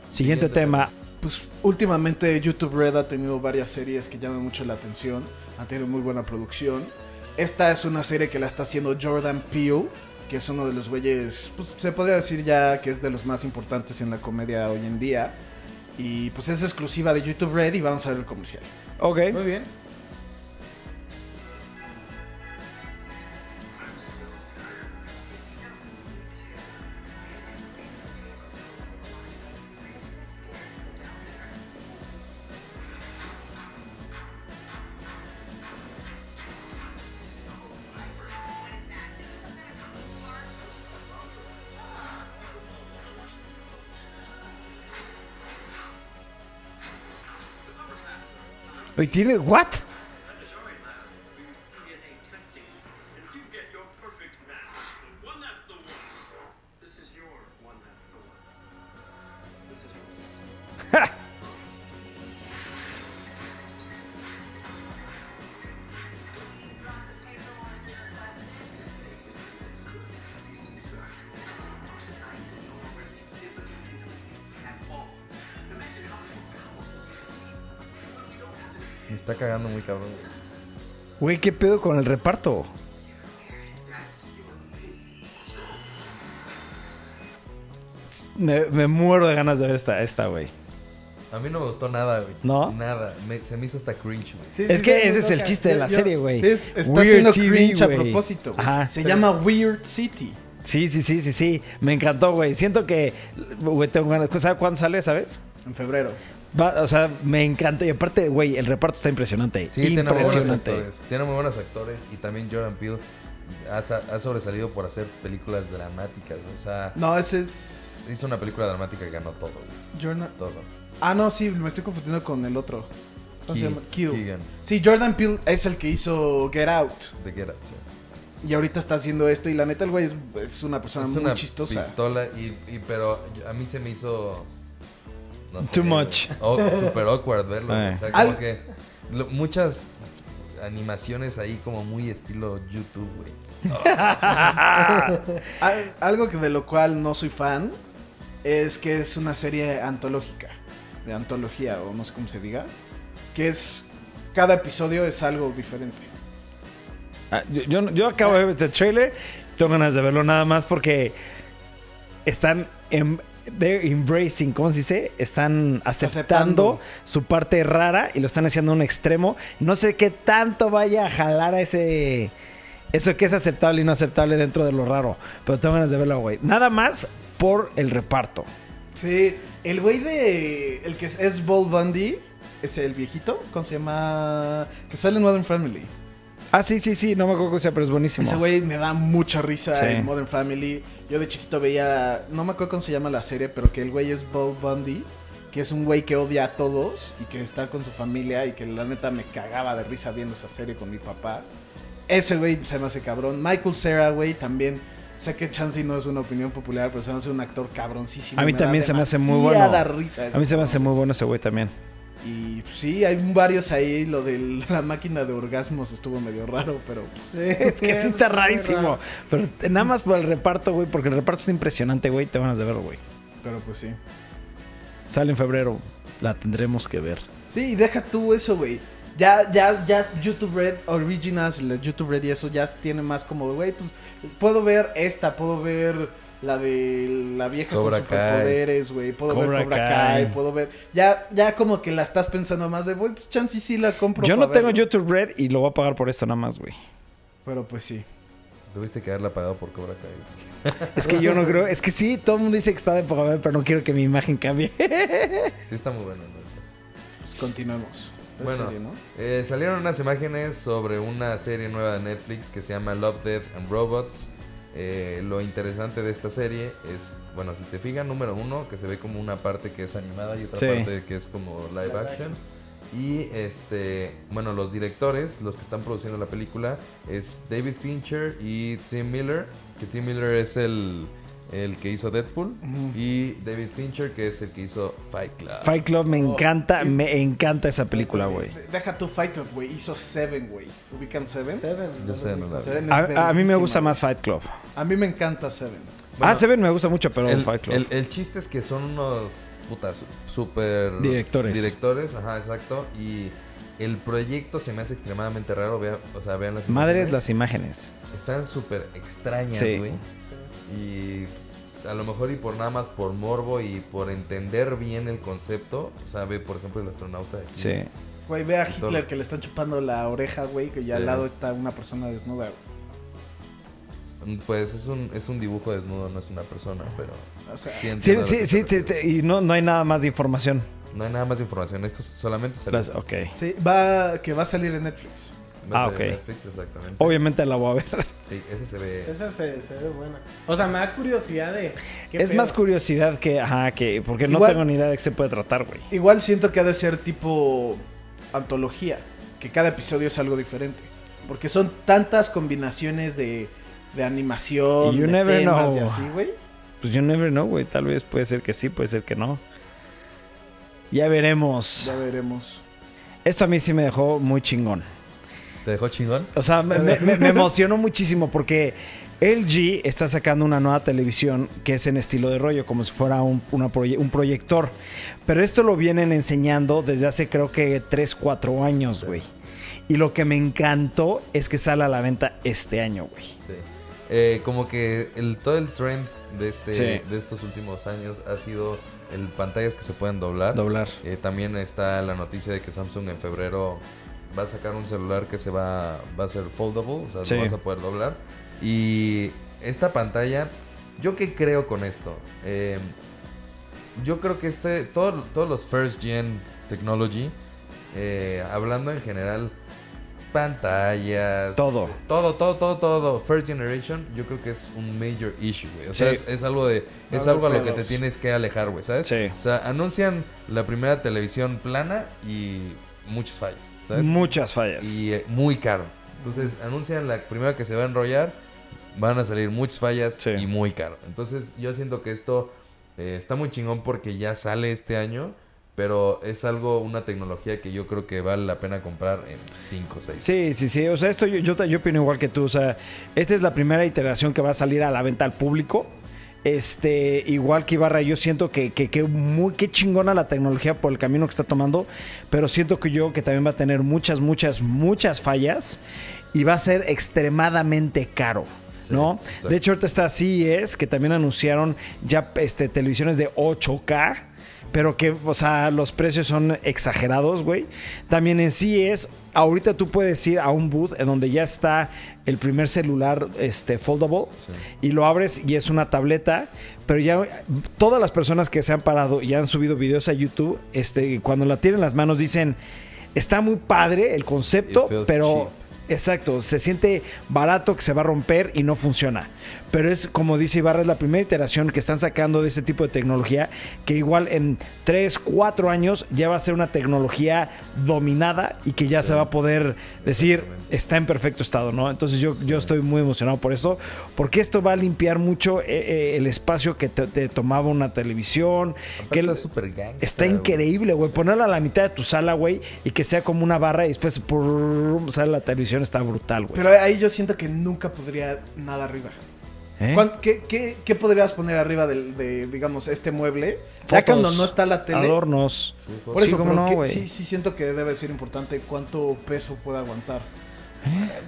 Speaker 1: Siguiente tema.
Speaker 3: Pues últimamente YouTube Red ha tenido varias series que llaman mucho la atención. Han tenido muy buena producción. Esta es una serie que la está haciendo Jordan Peele, que es uno de los güeyes, pues se podría decir ya que es de los más importantes en la comedia hoy en día. Y pues es exclusiva de YouTube Red y vamos a ver el comercial.
Speaker 1: Ok.
Speaker 4: Muy bien.
Speaker 1: Oye, tiene. ¿What?
Speaker 5: DNA testing, and you get your perfect match. The one that's the one. This is your one that's the one. This is yours.
Speaker 2: Me está cagando muy cabrón. güey.
Speaker 1: Güey, ¿qué pedo con el reparto? Me, me muero de ganas de ver esta, esta, güey.
Speaker 2: A mí no me gustó nada, güey.
Speaker 1: ¿No?
Speaker 2: Nada. Me- se me hizo hasta cringe, güey.
Speaker 4: Sí,
Speaker 1: es
Speaker 4: sí,
Speaker 1: que
Speaker 4: sí,
Speaker 1: ese
Speaker 4: muy
Speaker 1: es el
Speaker 4: loca.
Speaker 1: chiste de
Speaker 4: Yo-
Speaker 1: la
Speaker 4: yo-
Speaker 1: serie, güey.
Speaker 3: Sí, es- está
Speaker 1: Weird
Speaker 3: haciendo
Speaker 1: TV,
Speaker 3: cringe
Speaker 1: güey.
Speaker 3: a propósito. güey.
Speaker 1: Ajá.
Speaker 3: Se llama Weird City.
Speaker 1: Sí, sí, sí, sí, sí. Me encantó, güey. Siento que, güey, tengo ganas. ¿Sabes cuándo sale, sabes?
Speaker 3: En febrero.
Speaker 1: Va- o sea, me encanta. Y aparte, güey, el reparto está impresionante.
Speaker 2: Sí, tiene muy buenos
Speaker 1: impresionante.
Speaker 2: actores. Tiene muy buenos actores. Y también Jordan Peele ha, sa- ha sobresalido por hacer películas dramáticas. güey. O sea,
Speaker 3: No, ese es.
Speaker 2: hizo una película dramática que ganó todo, güey.
Speaker 3: Jordan-
Speaker 2: Todo.
Speaker 3: Ah, no, sí, me estoy confundiendo con el otro. ¿Cómo se
Speaker 2: Ke-
Speaker 3: llama? Kill.
Speaker 2: Keegan,
Speaker 3: Sí, Jordan Peele es el que hizo Get Out.
Speaker 2: de Get Out, sí.
Speaker 3: Y ahorita está haciendo esto. Y la neta, el güey es, es una persona
Speaker 2: Es
Speaker 3: muy
Speaker 2: una
Speaker 3: chistosa.
Speaker 2: pistola, y, y- pero yo- a mí se me hizo... no sé,
Speaker 1: Too
Speaker 2: güey.
Speaker 1: much.
Speaker 2: Oh, super awkward verlo. güey. O sea,
Speaker 3: Al-
Speaker 2: como que lo- muchas animaciones ahí como muy estilo YouTube, güey.
Speaker 3: Ah, Al- algo que de lo cual no soy fan es que es una serie antológica, de antología o no sé cómo se diga, que es cada episodio es algo diferente.
Speaker 1: Ah, yo, yo no- yo acabo de ver este trailer. Tengo ganas de verlo nada más porque están en. They're embracing, ¿cómo se dice? Están aceptando,
Speaker 3: Aceptando.
Speaker 1: su parte rara y lo están haciendo a un extremo. No sé qué tanto vaya a jalar a ese. Eso que es aceptable y no aceptable dentro de lo raro. Pero tengo ganas de verlo, güey. Nada más por el reparto.
Speaker 3: Sí, el güey de el que es, es Bull Bundy, es el viejito, ¿cómo se llama? Que sale en Modern Family.
Speaker 1: Ah, sí, sí, sí. No me acuerdo cómo sea, pero es buenísimo.
Speaker 3: Ese güey me da mucha risa
Speaker 1: Sí.
Speaker 3: en Modern Family. Yo de chiquito veía, no me acuerdo cómo se llama la serie, pero que el güey es Bob Bundy, que es un güey que odia a todos y que está con su familia y que la neta me cagaba de risa viendo esa serie con mi papá. Ese güey se me hace cabrón. Michael Cera, güey, también. Sé que Chansey no es una opinión popular, pero se me hace un actor cabroncísimo.
Speaker 1: A mí
Speaker 3: da
Speaker 1: también se me hace muy bueno.
Speaker 3: demasiada risa ese
Speaker 1: a mí se me hace
Speaker 3: cabrón.
Speaker 1: muy bueno ese güey también.
Speaker 3: Y pues, sí, hay varios ahí. Lo de la máquina de orgasmos estuvo medio raro, pero pues,
Speaker 1: Es que sí está rarísimo.
Speaker 4: raro.
Speaker 1: Pero nada más por el reparto, güey, porque el reparto es impresionante, güey. Te van a verlo, güey.
Speaker 3: pero pues sí.
Speaker 1: Sale en febrero. La tendremos que ver.
Speaker 3: Sí, y deja tú eso, güey. Ya, ya, ya YouTube Red Originals, la YouTube Red y eso ya tiene más como, de, güey, pues puedo ver esta, puedo ver la de la vieja
Speaker 2: Cobra
Speaker 3: con superpoderes, güey, puedo
Speaker 1: Cobra
Speaker 3: ver Cobra
Speaker 1: Kai.
Speaker 3: Kai. puedo ver, ya, ya como que la estás pensando más de, güey, pues chance y sí la compro.
Speaker 1: Yo
Speaker 3: pa'
Speaker 1: no tengo
Speaker 3: verlo".
Speaker 1: YouTube Red y lo voy a pagar por esto nada más, güey.
Speaker 3: Pero pues sí.
Speaker 2: Tuviste que haberla pagado por Cobra Kai.
Speaker 1: Es que yo no creo. Es que sí, todo el mundo dice que está de poca madre, pero no quiero que mi imagen cambie.
Speaker 2: Sí, está muy buena. ¿no?
Speaker 3: Pues continuemos. Es
Speaker 2: Bueno,
Speaker 3: serio, ¿no?
Speaker 2: eh, salieron unas imágenes sobre una serie nueva de Netflix que se llama Love, Death and Robots. Eh, lo interesante de esta serie es, bueno, si se fijan, número uno, que se ve como una parte que es animada y otra
Speaker 1: Sí.
Speaker 2: parte que es como live, action. Y este, bueno, los directores, los que están produciendo la película, es David Fincher y Tim Miller, que Tim Miller es el, el que hizo Deadpool, y David Fincher, que es el que hizo Fight Club.
Speaker 1: Fight Club me encanta, me encanta esa película, güey.
Speaker 3: De- Deja tu Fight Club, güey. Hizo Seven, güey. ¿Ubican Seven?
Speaker 4: Seven.
Speaker 2: Yo sé, no la vi.
Speaker 3: Seven es
Speaker 1: A, a mí me
Speaker 3: verguísima,
Speaker 1: gusta
Speaker 3: güey.
Speaker 1: más Fight Club.
Speaker 3: A mí me encanta Seven.
Speaker 1: ah, Seven me gusta mucho, pero
Speaker 2: el,
Speaker 1: Fight Club.
Speaker 2: el- el chiste es que son unos putas su- super
Speaker 1: Directores.
Speaker 2: Directores, ajá, exacto. Y el proyecto se me hace extremadamente raro. vea- o sea, vean las
Speaker 1: Madres
Speaker 2: imágenes.
Speaker 1: las imágenes.
Speaker 2: Están súper extrañas,
Speaker 1: Sí.
Speaker 2: güey. Y a lo mejor y por nada más por morbo y por entender bien el concepto. O sea, ve, por ejemplo, el astronauta. de aquí.
Speaker 1: Sí.
Speaker 3: Güey, ve a
Speaker 2: Y
Speaker 3: Hitler
Speaker 2: todo.
Speaker 3: que le están chupando la oreja, güey, que ya
Speaker 2: Sí.
Speaker 3: al lado está una persona desnuda. güey.
Speaker 2: Pues es un, es un dibujo desnudo, no es una persona, pero...
Speaker 3: O sea,
Speaker 2: sí entiendo
Speaker 1: Sí,
Speaker 2: a lo
Speaker 1: sí,
Speaker 2: que
Speaker 1: sí,
Speaker 2: te
Speaker 1: te-
Speaker 2: refieres.
Speaker 1: te- y no, no hay nada más de información.
Speaker 2: No hay nada más de información. Esto es- solamente se
Speaker 1: Las- ok.
Speaker 3: sí, va, que va a salir en Netflix.
Speaker 1: Ah, ok. Oh.
Speaker 2: Netflix, exactamente.
Speaker 1: Obviamente la voy a ver.
Speaker 2: Sí, ese se ve...
Speaker 4: Esa se, se ve buena. O sea, me da curiosidad de. qué
Speaker 1: Es
Speaker 4: pedo.
Speaker 1: más curiosidad que, ajá, que, porque no
Speaker 3: Igual-
Speaker 1: tengo ni idea de qué se puede tratar, güey.
Speaker 3: Igual siento que ha de ser tipo antología, que cada episodio es algo diferente. Porque son tantas combinaciones de, de animación,
Speaker 1: You
Speaker 3: de
Speaker 1: never
Speaker 3: temas y
Speaker 1: know.
Speaker 3: así, güey.
Speaker 1: Pues you never know, güey. Tal vez puede ser que sí, puede ser que no. Ya veremos.
Speaker 3: Ya veremos.
Speaker 1: Esto a mí sí me dejó muy chingón.
Speaker 2: ¿Te dejó chingón?
Speaker 1: O sea, me, me- me- me emocionó muchísimo porque LG está sacando una nueva televisión que es en estilo de rollo, como si fuera un, una proye- un proyector. Pero esto lo vienen enseñando desde hace creo que 3, 4 años, güey. Y lo que me encantó es que sale a la venta este año, güey.
Speaker 2: Sí. Eh, como que el, todo el trend de, este,
Speaker 1: Sí.
Speaker 2: de estos últimos años ha sido el pantallas que se pueden doblar.
Speaker 1: Doblar.
Speaker 2: Eh, también está la noticia de que Samsung en febrero va a sacar un celular que se va, va a ser foldable, o sea,
Speaker 1: Sí.
Speaker 2: lo vas a poder doblar. Y esta pantalla, ¿yo qué creo con esto? Eh, yo creo que este, todo- todos los first gen technology, eh, hablando en general, pantallas,
Speaker 1: Todo.
Speaker 2: todo, todo, todo, todo, first generation, yo creo que es un major issue, güey. O
Speaker 1: Sí.
Speaker 2: sea, es, es algo de, es algo
Speaker 3: Algo
Speaker 2: a lo que te
Speaker 3: pedos.
Speaker 2: tienes que alejar, güey, ¿sabes?
Speaker 1: Sí.
Speaker 2: O sea, anuncian la primera televisión plana y muchas fallas, ¿sabes?
Speaker 1: Muchas fallas.
Speaker 2: y eh, muy caro. Entonces, anuncian la primera que se va a enrollar, van a salir muchas fallas
Speaker 1: Sí.
Speaker 2: y muy caro. Entonces, yo siento que esto eh, está muy chingón porque ya sale este año, pero es algo, una tecnología que yo creo que vale la pena comprar en 5 o 6.
Speaker 1: Sí, sí, sí. O sea, esto yo, yo, ta- yo opino igual que tú. O sea, esta es la primera iteración que va a salir a la venta al público. Este, igual que Ibarra, yo siento que, que, que muy que chingona la tecnología por el camino que está tomando, pero siento que yo que también va a tener muchas, muchas, muchas fallas y va a ser extremadamente caro. ¿No?
Speaker 2: exacto.
Speaker 1: De hecho, ahorita está CES, que también anunciaron ya este, televisiones de 8K, pero que, o sea, los precios son exagerados, güey. También en CES, ahorita tú puedes ir a un booth en donde ya está el primer celular este, foldable y lo abres y es una tableta, pero ya todas las personas que se han parado y han subido videos a YouTube, este, cuando la tienen en las manos dicen, está muy padre el concepto,
Speaker 2: It feels
Speaker 1: pero...
Speaker 2: cheap.
Speaker 1: Exacto, se siente barato que se va a romper y no funciona. Pero es como dice Ibarra, es la primera iteración que están sacando de este tipo de tecnología, que igual en 3, 4 años ya va a ser una tecnología dominada y que ya se va a poder decir
Speaker 2: Exactamente.
Speaker 1: está en perfecto estado, ¿no? Entonces yo, yo estoy muy emocionado por esto, porque esto va a limpiar mucho eh, eh, el espacio que te, te tomaba una televisión. que
Speaker 2: Aparte
Speaker 1: el-
Speaker 2: está súper gangsta,
Speaker 1: Está
Speaker 2: güey.
Speaker 1: increíble, güey. Ponerla a la mitad de tu sala, güey, y que sea como una barra y después prrrrum, sale la televisión, está brutal, güey.
Speaker 3: Pero ahí yo siento que nunca podría nada arriba.
Speaker 1: ¿Eh?
Speaker 3: ¿Cuán- qué, qué- qué podrías poner arriba del- de, digamos, este mueble?
Speaker 1: Fotos,
Speaker 3: ya cuando no está la tele.
Speaker 1: Adornos.
Speaker 2: Sí, pues,
Speaker 3: Por
Speaker 1: Sí,
Speaker 3: eso,
Speaker 1: cómo
Speaker 3: pero
Speaker 1: no,
Speaker 3: que-
Speaker 1: güey.
Speaker 3: sí, sí siento que debe ser importante cuánto peso puede aguantar.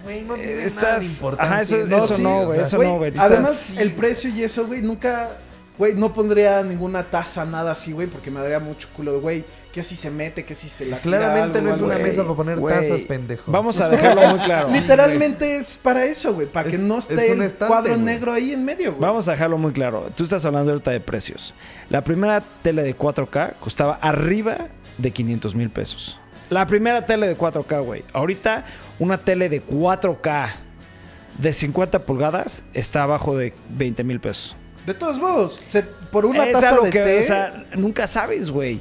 Speaker 2: Güey, no tiene
Speaker 1: Estás-
Speaker 2: nada de importancia
Speaker 1: Eh, ajá, eso-
Speaker 3: ¿eh?
Speaker 1: Pues eso no, güey, eso no, güey, estás-
Speaker 3: Además, el precio y eso, güey, nunca... Güey, no pondría ninguna taza, nada así, güey, porque me daría mucho culo de, güey, que si se mete, que si se la tira
Speaker 2: Claramente no
Speaker 3: algo,
Speaker 2: es
Speaker 3: algo
Speaker 2: una
Speaker 3: así.
Speaker 2: mesa para poner
Speaker 1: Güey,
Speaker 2: tazas, pendejo.
Speaker 1: Vamos a dejarlo muy claro.
Speaker 3: Literalmente es para eso, güey, para que
Speaker 2: Es-
Speaker 3: no
Speaker 2: es
Speaker 3: esté
Speaker 2: un
Speaker 3: el
Speaker 2: estante,
Speaker 3: cuadro
Speaker 2: güey.
Speaker 3: negro ahí en medio, güey.
Speaker 1: Vamos a dejarlo muy claro. Tú estás hablando ahorita de precios. La primera tele de 4K costaba arriba de 500 mil pesos. La primera tele de 4K, güey. Ahorita una tele de 4K de 50 pulgadas está abajo de 20 mil pesos.
Speaker 3: De todos modos, se- por una
Speaker 1: Es
Speaker 3: taza
Speaker 1: algo
Speaker 3: de
Speaker 1: que,
Speaker 3: té...
Speaker 1: o sea, nunca sabes, güey.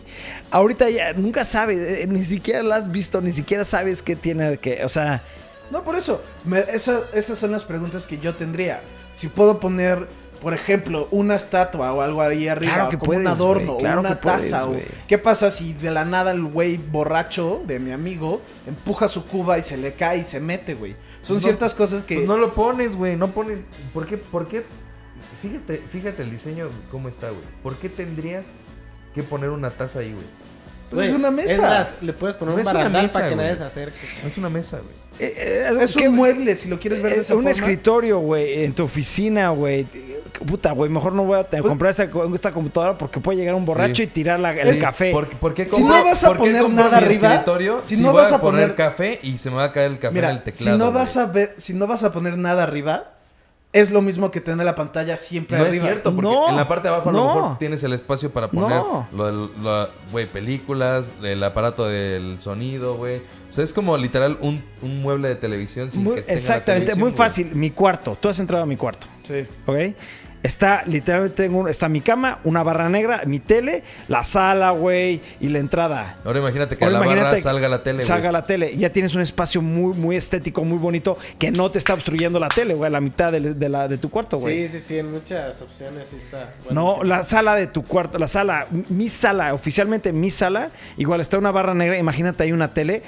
Speaker 1: Ahorita ya nunca sabes, eh, ni siquiera la has visto, ni siquiera sabes qué tiene que, o sea,
Speaker 3: No, por eso. me- esa- esas son las preguntas que yo tendría. Si puedo poner, por ejemplo, una estatua o algo ahí arriba,
Speaker 1: Claro
Speaker 3: o
Speaker 1: que
Speaker 3: como un
Speaker 1: puedes,
Speaker 3: adorno,
Speaker 1: güey,
Speaker 3: o
Speaker 1: claro que
Speaker 3: una
Speaker 1: puedes,
Speaker 3: taza. o,
Speaker 1: güey.
Speaker 3: ¿Qué pasa si de la nada el güey borracho de mi amigo empuja su cuba y se le cae y se mete, güey? Son
Speaker 2: No,
Speaker 3: ciertas cosas que.
Speaker 2: Pues no lo pones, güey. No pones. ¿Por qué? ¿Por qué? Fíjate, fíjate el diseño cómo está, güey. ¿Por qué tendrías que poner una taza ahí, güey?
Speaker 3: pues es
Speaker 4: Güey,
Speaker 3: una mesa.
Speaker 4: más, le puedes poner
Speaker 2: No
Speaker 4: un
Speaker 2: es una
Speaker 4: barandal
Speaker 2: mesa,
Speaker 4: para que nadie
Speaker 2: güey.
Speaker 4: se acerque.
Speaker 2: No es una mesa, güey.
Speaker 1: eh, eh,
Speaker 3: Es
Speaker 1: ¿qué-
Speaker 3: un mueble, si lo quieres ver de
Speaker 1: Eh,
Speaker 3: esa
Speaker 1: un
Speaker 3: forma.
Speaker 1: escritorio, güey, en tu oficina, güey. Puta, güey, mejor no voy a te-
Speaker 3: Pues-
Speaker 1: comprar esta, esta computadora porque puede llegar un
Speaker 2: Sí.
Speaker 1: borracho y tirar la- el
Speaker 3: Es-
Speaker 1: café.
Speaker 2: ¿Por, por qué
Speaker 3: Si
Speaker 2: compro-
Speaker 3: no vas a
Speaker 2: por qué
Speaker 3: poner
Speaker 2: compro
Speaker 3: nada
Speaker 2: mi
Speaker 3: arriba,
Speaker 2: escritorio
Speaker 3: si
Speaker 2: si
Speaker 3: no
Speaker 2: voy
Speaker 3: vas a
Speaker 2: poner,
Speaker 3: poner-
Speaker 2: café y se me va a caer el café en el
Speaker 3: Mira,
Speaker 2: teclado?
Speaker 3: si no
Speaker 2: güey.
Speaker 3: vas a ver, si no vas a poner nada arriba, es lo mismo que tener la pantalla siempre
Speaker 2: No es
Speaker 3: arriba.
Speaker 2: cierto, porque
Speaker 1: No,
Speaker 2: en la parte de abajo a
Speaker 1: no.
Speaker 2: lo mejor tienes el espacio para poner
Speaker 1: No.
Speaker 2: lo del- lo- güey, películas, el aparato del sonido, güey. O sea, es como literal un, un mueble de televisión sin
Speaker 1: Muy-
Speaker 2: que esté en la
Speaker 1: exactamente,
Speaker 2: televisión,
Speaker 1: muy
Speaker 2: güey.
Speaker 1: fácil. Mi cuarto, tú has entrado a mi cuarto,
Speaker 3: Sí.
Speaker 1: ¿ok? Está literalmente, tengo un- está mi cama, una barra negra, mi tele, la sala, güey, y la entrada.
Speaker 2: Ahora imagínate que
Speaker 1: Ahora
Speaker 2: a la barra
Speaker 1: imagínate-
Speaker 2: salga la tele, güey.
Speaker 1: Salga la tele. Ya tienes un espacio muy, muy estético, muy bonito, que no te está obstruyendo la tele, güey, a la mitad del- de, la, de tu cuarto, güey.
Speaker 4: Sí, sí, sí, en muchas opciones sí está.
Speaker 1: No,
Speaker 4: buenísimo.
Speaker 1: la sala de tu cuarto, la sala, mi sala, oficialmente mi sala, igual está una barra negra, imagínate hay una tele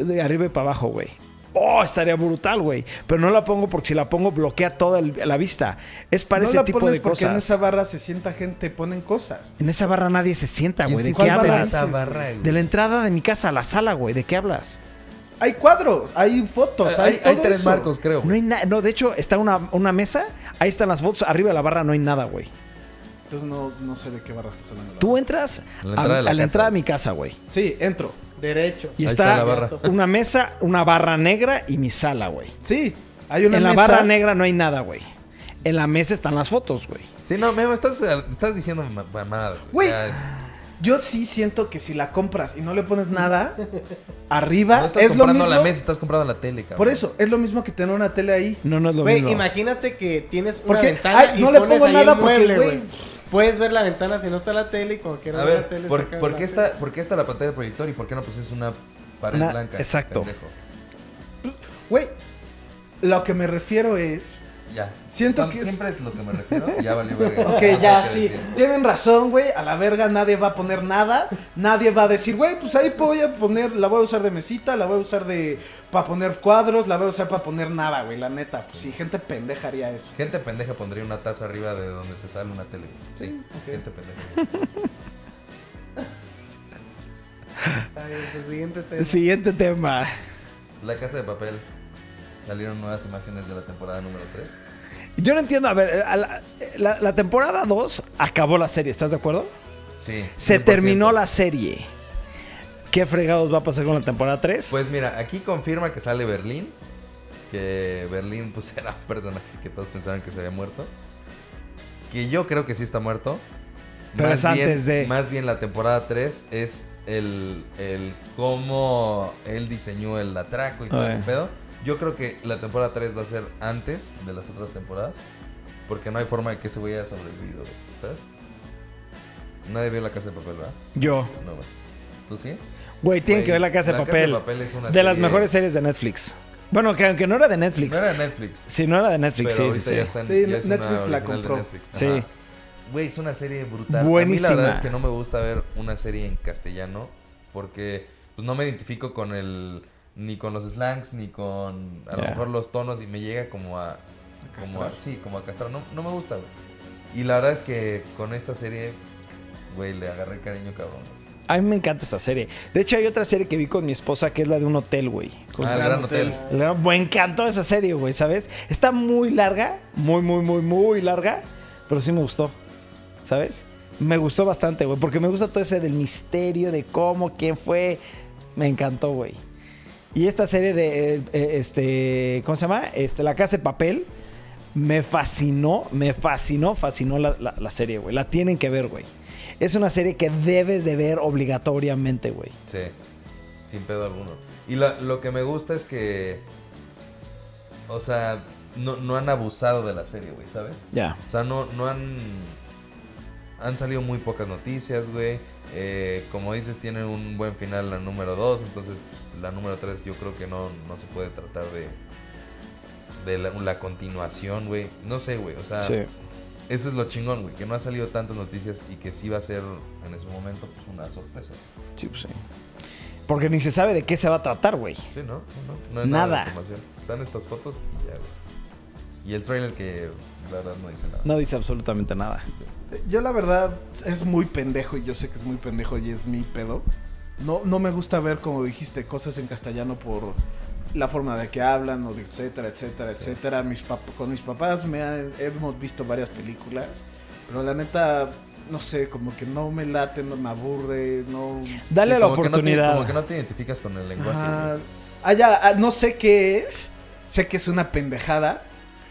Speaker 1: de arriba y para abajo, güey. Oh, estaría brutal, güey. Pero no la pongo porque si la pongo bloquea toda el- la vista. Es para
Speaker 3: no
Speaker 1: ese
Speaker 3: la
Speaker 1: tipo
Speaker 3: pones
Speaker 1: de
Speaker 3: porque
Speaker 1: cosas.
Speaker 3: en esa barra se sienta gente, ponen cosas.
Speaker 1: barra nadie se sienta,
Speaker 2: ¿Quién
Speaker 1: güey. ¿De
Speaker 2: se
Speaker 1: qué
Speaker 2: sienta en
Speaker 1: hablas?
Speaker 2: esa barra, güey?
Speaker 1: De la entrada de mi casa a la sala, güey. ¿De qué hablas?
Speaker 3: Hay cuadros, hay fotos, hay,
Speaker 2: Ah, hay, hay
Speaker 3: todo
Speaker 2: tres
Speaker 3: eso.
Speaker 2: marcos, creo.
Speaker 1: No
Speaker 2: güey.
Speaker 1: hay nada. No, de hecho, está una, una mesa. Ahí están las fotos. Arriba de la barra no hay nada, güey.
Speaker 3: Entonces no, no sé de qué barra estás hablando. la
Speaker 1: Tú
Speaker 3: verdad.
Speaker 1: entras
Speaker 2: A la
Speaker 1: a,
Speaker 2: entrada de la
Speaker 1: a la
Speaker 2: casa,
Speaker 1: entrada de
Speaker 2: güey.
Speaker 1: mi casa, güey.
Speaker 3: Sí, entro.
Speaker 4: Derecho.
Speaker 1: Y
Speaker 2: Ahí
Speaker 1: está,
Speaker 2: está la barra.
Speaker 1: una mesa, una barra negra y mi sala, güey.
Speaker 3: Sí, hay una
Speaker 1: en la
Speaker 3: mesa.
Speaker 1: barra negra no hay nada, güey. En la mesa están las fotos, güey.
Speaker 2: Sí, no, Memo, estás, estás diciendo ma- mamadas.
Speaker 3: Güey.
Speaker 2: Ya es-
Speaker 1: ah,
Speaker 3: Yo sí siento que si la compras y no le pones nada arriba
Speaker 2: no estás
Speaker 3: es lo
Speaker 2: comprando
Speaker 3: mismo.
Speaker 2: la mesa, estás comprando la tele, cabrón.
Speaker 3: Por eso es lo mismo que tener una tele ahí.
Speaker 1: No, no es lo
Speaker 4: Güey,
Speaker 1: mismo.
Speaker 4: imagínate que tienes una
Speaker 3: Porque,
Speaker 4: ventana
Speaker 3: ay,
Speaker 4: y
Speaker 3: no le
Speaker 4: pones
Speaker 3: pongo
Speaker 4: ahí
Speaker 3: nada
Speaker 4: el
Speaker 3: porque,
Speaker 4: mueble,
Speaker 3: güey.
Speaker 4: Puedes ver la ventana si no está la tele y cuando quieras
Speaker 2: A
Speaker 4: ver la
Speaker 2: ver,
Speaker 4: tele
Speaker 2: ¿por,
Speaker 4: sacas
Speaker 2: por
Speaker 4: la
Speaker 2: qué
Speaker 4: tele.
Speaker 2: está, ¿por qué está la pantalla del proyector y por qué no pusimos una pared
Speaker 1: Una-
Speaker 2: blanca?
Speaker 1: exacto.
Speaker 2: pendejo?
Speaker 3: Güey, lo que me refiero es
Speaker 2: Ya.
Speaker 3: Siento
Speaker 2: Cuando
Speaker 3: que es-
Speaker 2: Siempre es... lo que me refiero. Ya valió verga.
Speaker 3: Ok,
Speaker 2: No sé
Speaker 3: ya,
Speaker 2: qué
Speaker 3: sí.
Speaker 2: decir.
Speaker 3: Tienen razón, güey. A la verga nadie va a poner nada. Nadie va a decir, güey, pues ahí voy a poner, la voy a usar de mesita, la voy a usar de para poner cuadros, la voy a usar para poner nada, güey. La neta, pues sí, gente pendeja haría eso.
Speaker 2: Gente pendeja pondría una taza arriba de donde se sale una tele. Sí,
Speaker 3: ok.
Speaker 2: gente pendeja.
Speaker 4: pues, El siguiente tema.
Speaker 1: El siguiente tema.
Speaker 2: La casa de papel. Salieron nuevas imágenes de la temporada número 3.
Speaker 1: Yo no entiendo, a ver, a la, la- la temporada 2 acabó la serie, ¿estás de acuerdo?
Speaker 2: Sí.
Speaker 1: Se
Speaker 2: 100%.
Speaker 1: terminó la serie. ¿Qué fregados va a pasar con la temporada 3?
Speaker 2: Pues mira, aquí confirma que sale Berlín. Que Berlín pues era un personaje que todos pensaron que se había muerto. Que yo creo que sí está muerto.
Speaker 1: Pero es antes
Speaker 2: bien,
Speaker 1: de-
Speaker 2: Más bien la temporada 3 es el, el cómo él diseñó el atraco y todo
Speaker 1: Ah,
Speaker 2: ese
Speaker 1: eh.
Speaker 2: pedo. Yo creo que la temporada 3 va a ser antes de las otras temporadas. Porque no hay forma de que ese güey haya sobrevivido, ¿sabes? Nadie vio la casa de papel, ¿verdad?
Speaker 1: Yo.
Speaker 2: No, güey. ¿Tú sí?
Speaker 1: Güey, tienen
Speaker 2: Güey,
Speaker 1: que ver la casa de papel.
Speaker 2: es
Speaker 1: de
Speaker 2: una
Speaker 1: las
Speaker 2: serie-
Speaker 1: mejores series de Netflix. Bueno, que aunque no era de Netflix.
Speaker 2: No era de Netflix.
Speaker 1: Sí, no era de Netflix,
Speaker 2: pero
Speaker 1: sí,
Speaker 2: ahorita
Speaker 1: sí, sí.
Speaker 2: ya está en-
Speaker 3: Sí,
Speaker 2: ya es
Speaker 3: Netflix
Speaker 2: una
Speaker 3: la
Speaker 2: original de
Speaker 3: compró.
Speaker 2: Netflix,
Speaker 1: Sí.
Speaker 2: ajá. Güey, es una serie brutal.
Speaker 1: Buenísima.
Speaker 2: A mí la verdad es que no me gusta ver una serie en castellano porque pues, no me identifico con el ni con los slangs ni con a lo
Speaker 1: Ya.
Speaker 2: mejor los tonos y me llega como a como a, sí, como a castrar. No, no me gusta, güey. Y la verdad es que con esta serie güey, le agarré cariño cabrón. güey.
Speaker 1: A mí me encanta esta serie. De hecho, hay otra serie que vi con mi esposa que es la de un hotel, güey.
Speaker 3: Pues
Speaker 1: Con
Speaker 2: Ah,
Speaker 1: su-
Speaker 2: el Gran Hotel.
Speaker 1: La- Me encantó esa serie, güey, ¿sabes? Está muy larga, muy, muy, muy, muy larga, pero sí me gustó, ¿sabes? Me gustó bastante, güey, porque me gusta todo ese del misterio, de cómo, quién fue. Me encantó, güey. Y esta serie de, eh, eh, este, ¿cómo se llama? Este, La Casa de Papel, me fascinó, me fascinó, fascinó la, la- la serie, güey. La tienen que ver, güey. Es una serie que debes de ver obligatoriamente, güey.
Speaker 2: Sí, sin pedo alguno. Y la- lo que me gusta es que. O sea, no, no han abusado de la serie, güey, ¿sabes?
Speaker 1: Ya.
Speaker 2: O sea, no, no han. Han salido muy pocas noticias, güey. Eh, como dices, tiene un buen final la número 2. Entonces, pues, la número 3 yo creo que no, no se puede tratar de. De la, la continuación, güey. No sé, güey. O sea,
Speaker 1: Sí.
Speaker 2: eso es lo chingón, güey. Que no ha salido tantas noticias y que sí va a ser en ese momento pues, una sorpresa.
Speaker 1: Sí, pues sí. Porque ni se sabe de qué se va a tratar, güey.
Speaker 2: Sí, ¿no? No, no, no hay
Speaker 1: Nada.
Speaker 2: nada. de información. Están estas fotos y ya, güey. Y el trailer que la verdad no dice nada.
Speaker 1: No dice absolutamente nada.
Speaker 3: Yo la verdad es muy pendejo y yo sé que es muy pendejo y es mi pedo. No, no me gusta ver, como dijiste, cosas en castellano por la forma de que hablan o de etcétera, etcétera, etcétera. Mis pap- con mis papás me ha- hemos visto varias películas, pero la neta, no sé, como que no me late, no me aburre, no...
Speaker 1: Dale
Speaker 2: Sí,
Speaker 1: la
Speaker 2: como que no te-
Speaker 1: oportunidad.
Speaker 2: como que no te identificas con el lenguaje.
Speaker 3: Ajá.
Speaker 2: güey.
Speaker 3: Ah, ya, ah, no sé qué es, sé que es una pendejada,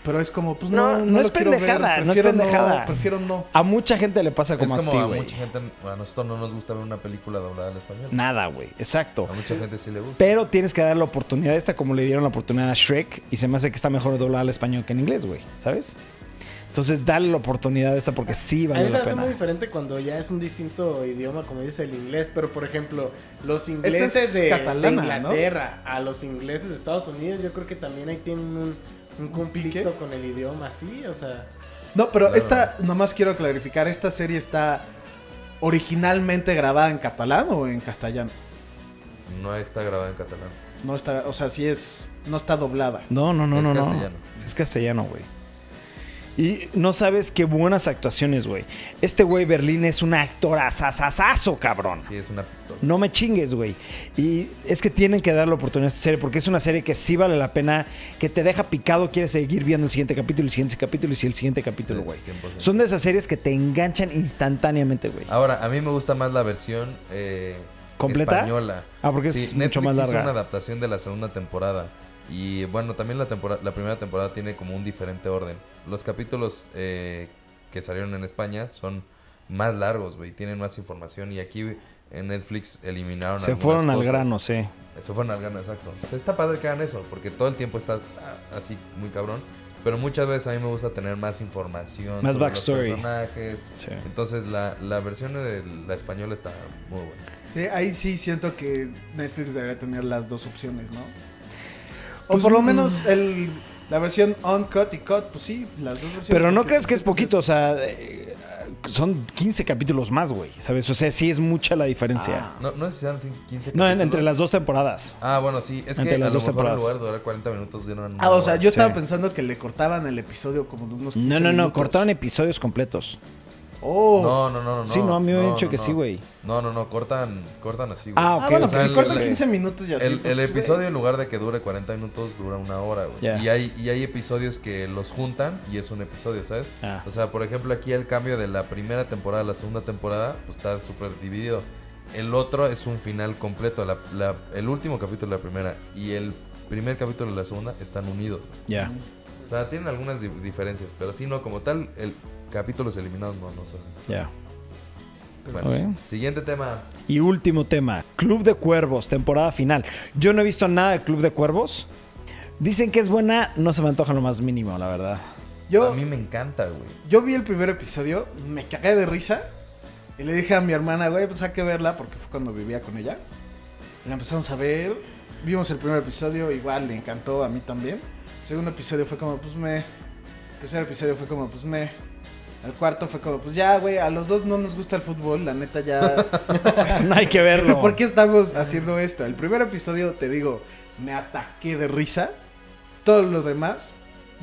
Speaker 3: pero es como, pues no,
Speaker 1: No, no es
Speaker 3: lo quiero ver,
Speaker 1: pendejada, no es
Speaker 3: prefiero
Speaker 1: pendejada.
Speaker 3: prefiero no.
Speaker 1: A mucha gente le pasa como,
Speaker 2: es como
Speaker 1: a ti,
Speaker 2: a
Speaker 1: güey.
Speaker 2: mucha gente, a nosotros no nos gusta ver una película doblada al español.
Speaker 1: Nada, güey. Exacto.
Speaker 2: A mucha gente sí le gusta.
Speaker 1: Pero tienes que dar la oportunidad esta como le dieron la oportunidad a Shrek y se me hace que está mejor doblada al español que en inglés, güey. ¿Sabes? Entonces dale la oportunidad esta porque sí
Speaker 4: a mí
Speaker 1: vale
Speaker 4: se
Speaker 1: la
Speaker 4: hace
Speaker 1: pena.
Speaker 4: muy diferente cuando ya es un distinto idioma, como dices el inglés, pero por ejemplo, los
Speaker 3: es
Speaker 4: ingleses de- de,
Speaker 3: catalana, ¿no?
Speaker 4: Inglaterra a los ingleses de Estados Unidos, yo creo que también ahí tienen un, un conflicto
Speaker 3: pique?
Speaker 4: con el idioma, sí, o sea,
Speaker 3: No, pero
Speaker 2: Claro.
Speaker 3: esta, nomás quiero clarificar, esta serie está originalmente grabada en catalán o en castellano.
Speaker 2: No está grabada en catalán.
Speaker 3: No está, o sea, sí es, no está doblada.
Speaker 1: No, no, no,
Speaker 2: Es
Speaker 1: no,
Speaker 2: castellano.
Speaker 1: no. Es castellano, güey. Y no sabes qué buenas actuaciones, güey. Este güey Berlín es un actor asasasazo, cabrón.
Speaker 2: Sí, es una pistola.
Speaker 1: No me chingues, güey. Y es que tienen que dar la oportunidad a esta serie porque es una serie que sí vale la pena, que te deja picado, quieres seguir viendo el siguiente capítulo, el siguiente capítulo y el siguiente capítulo,
Speaker 2: Sí,
Speaker 1: güey.
Speaker 2: 100%.
Speaker 1: Son de esas series que te enganchan instantáneamente, güey.
Speaker 2: Ahora, a mí me gusta más la versión eh,
Speaker 1: ¿Completa?
Speaker 2: española.
Speaker 1: Ah, porque es mucho
Speaker 2: Netflix
Speaker 1: más
Speaker 2: hizo
Speaker 1: larga.
Speaker 2: una adaptación de la segunda temporada. Y bueno, también la, temporada, la primera temporada tiene como un diferente orden. Los capítulos eh, que salieron en España son más largos, güey. Tienen más información. Y aquí en Netflix eliminaron
Speaker 1: Se
Speaker 2: algunas
Speaker 1: fueron al
Speaker 2: cosas.
Speaker 1: grano, sí.
Speaker 2: Se fueron al grano, exacto. O sea, está padre que hagan eso, porque todo el tiempo estás ah, así muy cabrón. Pero muchas veces a mí me gusta tener más información.
Speaker 1: Más
Speaker 2: sobre
Speaker 1: backstory.
Speaker 2: Los personajes.
Speaker 1: Sí.
Speaker 2: Entonces la, la versión de la española está muy buena.
Speaker 3: Sí, ahí sí siento que Netflix debería tener las dos opciones, ¿no? O
Speaker 1: Pues,
Speaker 3: por lo
Speaker 1: mm.
Speaker 3: menos el La versión uncut y cut, pues sí, las dos versiones.
Speaker 1: Pero no
Speaker 3: porque
Speaker 1: crees
Speaker 3: sí
Speaker 1: que es
Speaker 3: sientes-
Speaker 1: poquito, o sea, eh, son 15 capítulos más, güey, ¿sabes? O sea, sí es mucha la diferencia.
Speaker 3: Ah.
Speaker 2: No, no sé si eran 15
Speaker 1: no, en- entre
Speaker 2: capítulos.
Speaker 1: las dos temporadas.
Speaker 2: Ah, bueno, sí. Es
Speaker 1: Entre
Speaker 2: que a
Speaker 1: las
Speaker 2: lo
Speaker 1: dos
Speaker 2: mejor en
Speaker 1: temporadas.
Speaker 2: lugar de durar 40 minutos dieron...
Speaker 3: Ah, o sea, yo
Speaker 1: Sí.
Speaker 3: estaba pensando que le cortaban el episodio como de unos 15
Speaker 1: No, no, no,
Speaker 3: minutos.
Speaker 1: cortaron episodios completos.
Speaker 3: Oh.
Speaker 2: No, no, no, no.
Speaker 1: Sí, no, a mí me
Speaker 2: han
Speaker 1: habían dicho que sí, güey.
Speaker 2: No, no, no, cortan, cortan así, güey.
Speaker 1: Ah,
Speaker 3: Ah,
Speaker 1: ok,
Speaker 3: bueno,
Speaker 1: o sea,
Speaker 3: pues si
Speaker 2: el-
Speaker 3: cortan
Speaker 2: el-
Speaker 3: 15 minutos y así.
Speaker 2: el,
Speaker 3: pues,
Speaker 2: el
Speaker 3: güey.
Speaker 2: episodio, en lugar de que dure 40 minutos, dura una hora, güey.
Speaker 1: Ya.
Speaker 2: Y, hay, y hay episodios que los juntan y es un episodio, ¿sabes?
Speaker 1: Ah.
Speaker 2: O sea, por ejemplo, aquí el cambio de la primera temporada a la segunda temporada, pues está súper dividido. El otro es un final completo. la- la- el último capítulo de la primera y el primer capítulo de la segunda están unidos. güey.
Speaker 1: Ya.
Speaker 2: O sea, tienen algunas di- diferencias, pero si no, como tal, el capítulos eliminados no, no son.
Speaker 1: Ya.
Speaker 2: Bueno,
Speaker 1: Ok.
Speaker 2: sí. siguiente tema.
Speaker 1: Y último tema, Club de Cuervos, temporada final. Yo no he visto nada de Club de Cuervos. Dicen que es buena, no se me antoja lo más mínimo, la verdad.
Speaker 3: Yo,
Speaker 2: A mí me encanta, güey.
Speaker 3: yo vi el primer episodio, me cagué de risa. Y le dije a mi hermana, güey, pues hay que verla porque fue cuando vivía con ella. La empezamos a ver. Vimos el primer episodio, igual le encantó a mí también. El segundo episodio fue como, pues me. El tercer episodio fue como, pues me. El cuarto fue como, pues ya, güey, a los dos no nos gusta el fútbol, la neta ya.
Speaker 1: No hay que verlo.
Speaker 3: ¿Por qué estamos haciendo esto? El primer episodio, te digo, me ataqué de risa. Todo lo demás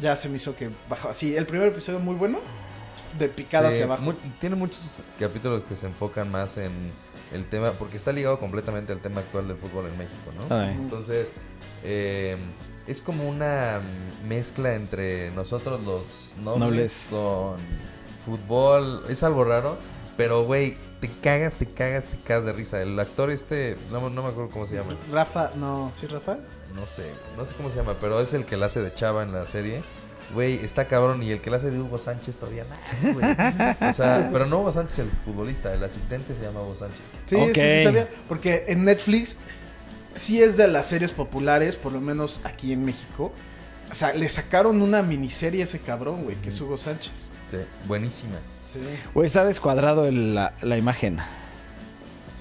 Speaker 3: ya se me hizo que bajaba. Sí, el primer episodio muy bueno, de picada
Speaker 2: Sí,
Speaker 3: hacia abajo.
Speaker 2: mu- tiene muchos capítulos que se enfocan más en el tema, porque está ligado completamente al tema actual del fútbol en México, ¿no?
Speaker 1: Ay.
Speaker 2: Entonces, eh, es como una mezcla entre nosotros los nobles,
Speaker 1: Nobles.
Speaker 2: con fútbol, es algo raro, pero güey, te cagas, te cagas, te cagas de risa. El actor este, no, no me acuerdo cómo se llama,
Speaker 3: Rafa, no, ¿sí, Rafa?
Speaker 2: no sé, no sé cómo se llama, pero es el que la hace de Chava en la serie. Güey, está cabrón y el que la hace de Hugo Sánchez todavía más, güey. O sea, pero no Hugo Sánchez el futbolista, el asistente se llama Hugo Sánchez.
Speaker 3: Sí,
Speaker 1: Ok.
Speaker 3: sí, sí, sabía. Porque en Netflix sí es de las series populares, por lo menos aquí en México. O sea, le sacaron una miniserie a ese cabrón, güey, que es Hugo Sánchez.
Speaker 2: Sí, buenísima.
Speaker 3: Sí,
Speaker 1: Güey, está descuadrado el- la, la imagen.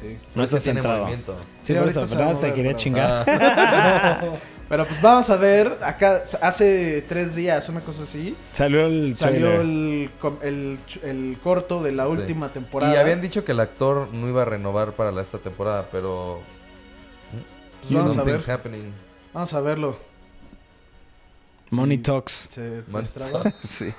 Speaker 3: sí.
Speaker 1: No está
Speaker 2: Ese tiene
Speaker 1: centrado.
Speaker 2: movimiento. Ah,
Speaker 1: Sí,
Speaker 3: Sí,
Speaker 1: por
Speaker 3: ahorita
Speaker 1: eso,
Speaker 3: se
Speaker 1: pero
Speaker 3: va a
Speaker 1: hasta
Speaker 3: mover,
Speaker 1: quería
Speaker 3: pero-
Speaker 1: chingar.
Speaker 3: Pero pues vamos a ver, acá hace tres días, una cosa así,
Speaker 1: Salió el
Speaker 3: Salió
Speaker 1: trailer.
Speaker 3: el, com- el ch- el corto de la
Speaker 2: Sí.
Speaker 3: última temporada.
Speaker 2: Y habían dicho que el actor no iba a renovar para la- esta temporada, pero
Speaker 3: Pues vamos a ver.
Speaker 2: something's happening.
Speaker 3: Vamos a verlo.
Speaker 1: Money
Speaker 3: Sí.
Speaker 1: Talks.
Speaker 3: Se
Speaker 2: Man-
Speaker 3: destraba.
Speaker 1: Sí.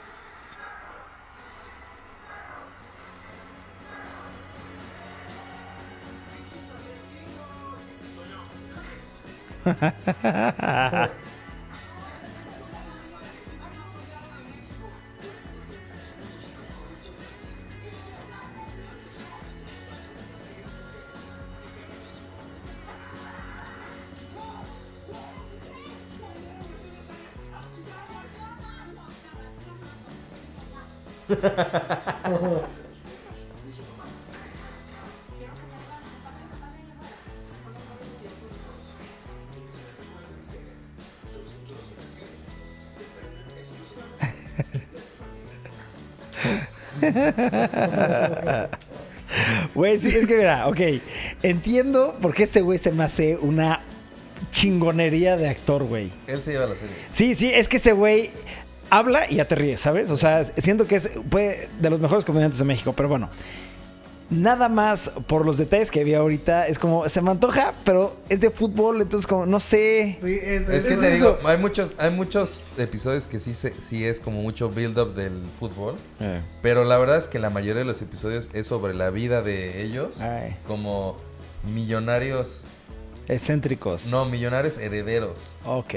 Speaker 1: Güey, sí, es que mira, ok. Entiendo por qué ese güey se me hace una chingonería de actor, güey.
Speaker 2: Él se lleva la serie.
Speaker 1: Sí, sí, es que ese güey habla y ya te ríes, ¿sabes? O sea, siento que es puede, de los mejores comediantes de México, pero bueno. Nada más por los detalles que vi ahorita, es como, se me antoja, pero es de fútbol, entonces como, no sé.
Speaker 3: Sí, es,
Speaker 2: Es que
Speaker 3: es
Speaker 2: te
Speaker 3: eso.
Speaker 2: digo, hay muchos, hay muchos episodios que sí, se, sí es como mucho build-up del fútbol. Pero la verdad es que la mayoría de los episodios es sobre la vida de ellos.
Speaker 3: Ah.
Speaker 1: Ay,
Speaker 2: como millonarios,
Speaker 1: excéntricos.
Speaker 2: no, millonarios herederos
Speaker 1: Ok.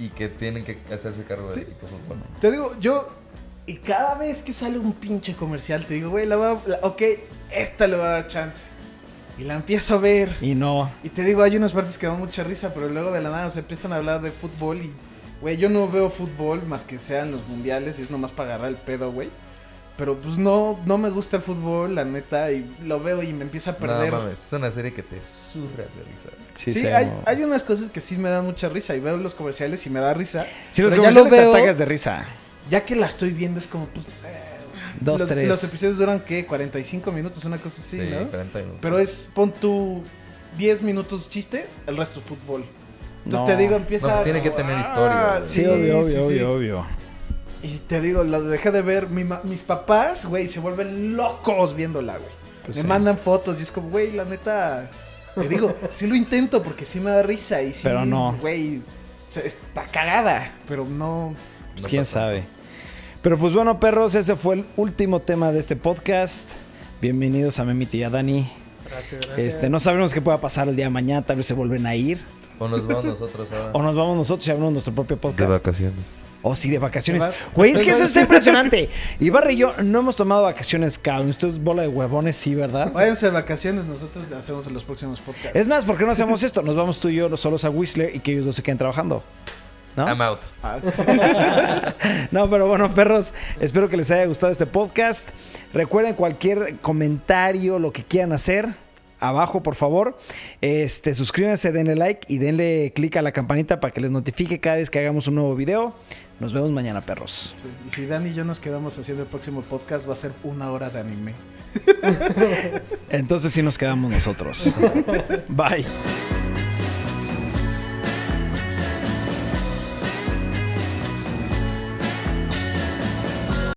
Speaker 2: y que tienen que hacerse cargo del
Speaker 3: Sí.
Speaker 2: equipo de fútbol.
Speaker 3: Te digo, yo. Y cada vez que sale un pinche comercial, te digo, güey, la va. la- ok, esta le va a dar chance. Y la empiezo a ver.
Speaker 1: Y no.
Speaker 3: Y te digo, hay unas partes que dan mucha risa, pero luego de la nada se empiezan a hablar de fútbol y, güey, yo no veo fútbol más que sean los mundiales y es nomás para agarrar el pedo, güey. Pero pues no, no me gusta el fútbol, la neta, y lo veo y me empieza a perder.
Speaker 2: No mames, es una serie que te zurras de risa.
Speaker 3: sí,
Speaker 1: se-
Speaker 3: hay, hay unas cosas que sí me dan mucha risa y veo los comerciales y me da risa.
Speaker 1: Si los
Speaker 3: pero ya lo
Speaker 1: comerciales te
Speaker 3: veo-
Speaker 1: ataques de risa.
Speaker 3: Ya que la estoy viendo es como, pues... eh,
Speaker 1: Dos,
Speaker 3: los,
Speaker 1: tres.
Speaker 3: los episodios duran, ¿qué? 45 minutos, una cosa así, ¿no?
Speaker 2: 40 minutos.
Speaker 3: Pero es, pon tú 10 minutos chistes, el resto es fútbol. Entonces
Speaker 1: No.
Speaker 3: te digo,
Speaker 2: No,
Speaker 3: empieza. "Ah,
Speaker 2: pues tiene que tener historia. güey.
Speaker 1: Sí,
Speaker 3: Sí,
Speaker 1: obvio,
Speaker 3: sí,
Speaker 1: obvio,
Speaker 3: sí.
Speaker 1: obvio, obvio.
Speaker 3: Y te digo, la dejé de ver. Mi ma- mis papás, güey, se vuelven locos viéndola, güey.
Speaker 1: Pues
Speaker 3: me
Speaker 1: sí.
Speaker 3: mandan fotos y es como, güey, la neta. Te digo, sí lo intento porque sí me da risa y sí,
Speaker 1: Pero no.
Speaker 3: güey, se- está cagada, pero no.
Speaker 1: Pues
Speaker 2: No
Speaker 1: quién
Speaker 2: pasa.
Speaker 1: sabe. Pero pues bueno, perros, ese fue el último tema de este podcast. Bienvenidos a Memiti y a Dani.
Speaker 4: Gracias, gracias.
Speaker 1: Este, no sabemos qué pueda pasar el día de mañana, tal vez se vuelven a ir.
Speaker 2: O nos vamos nosotros ahora.
Speaker 1: O nos vamos nosotros y abrimos nuestro propio podcast.
Speaker 2: vacaciones.
Speaker 1: O sí, de vacaciones.
Speaker 3: ¿Verdad?
Speaker 1: Güey, es que
Speaker 3: Pues,
Speaker 1: eso
Speaker 3: güey.
Speaker 1: está impresionante. Ibarra y yo no hemos tomado vacaciones, cabrón. Ustedes bola de huevones, sí, ¿verdad?
Speaker 3: Váyanse de vacaciones, nosotros hacemos los próximos podcasts.
Speaker 1: Es más, ¿por qué no hacemos esto? Nos vamos tú y yo solos a Whistler y que ellos dos se queden trabajando. ¿No?
Speaker 2: I'm out.
Speaker 3: Ah, sí.
Speaker 1: No, pero bueno, perros, espero que les haya gustado este podcast. Recuerden cualquier comentario, lo que quieran hacer, abajo, por favor. Este, suscríbanse, denle like y denle click a la campanita para que les notifique cada vez que hagamos un nuevo video. Nos vemos mañana, perros.
Speaker 3: Sí, Este, Y si Dani y yo nos quedamos haciendo el próximo podcast, va a ser una hora de anime.
Speaker 1: Entonces sí nos quedamos nosotros. Bye.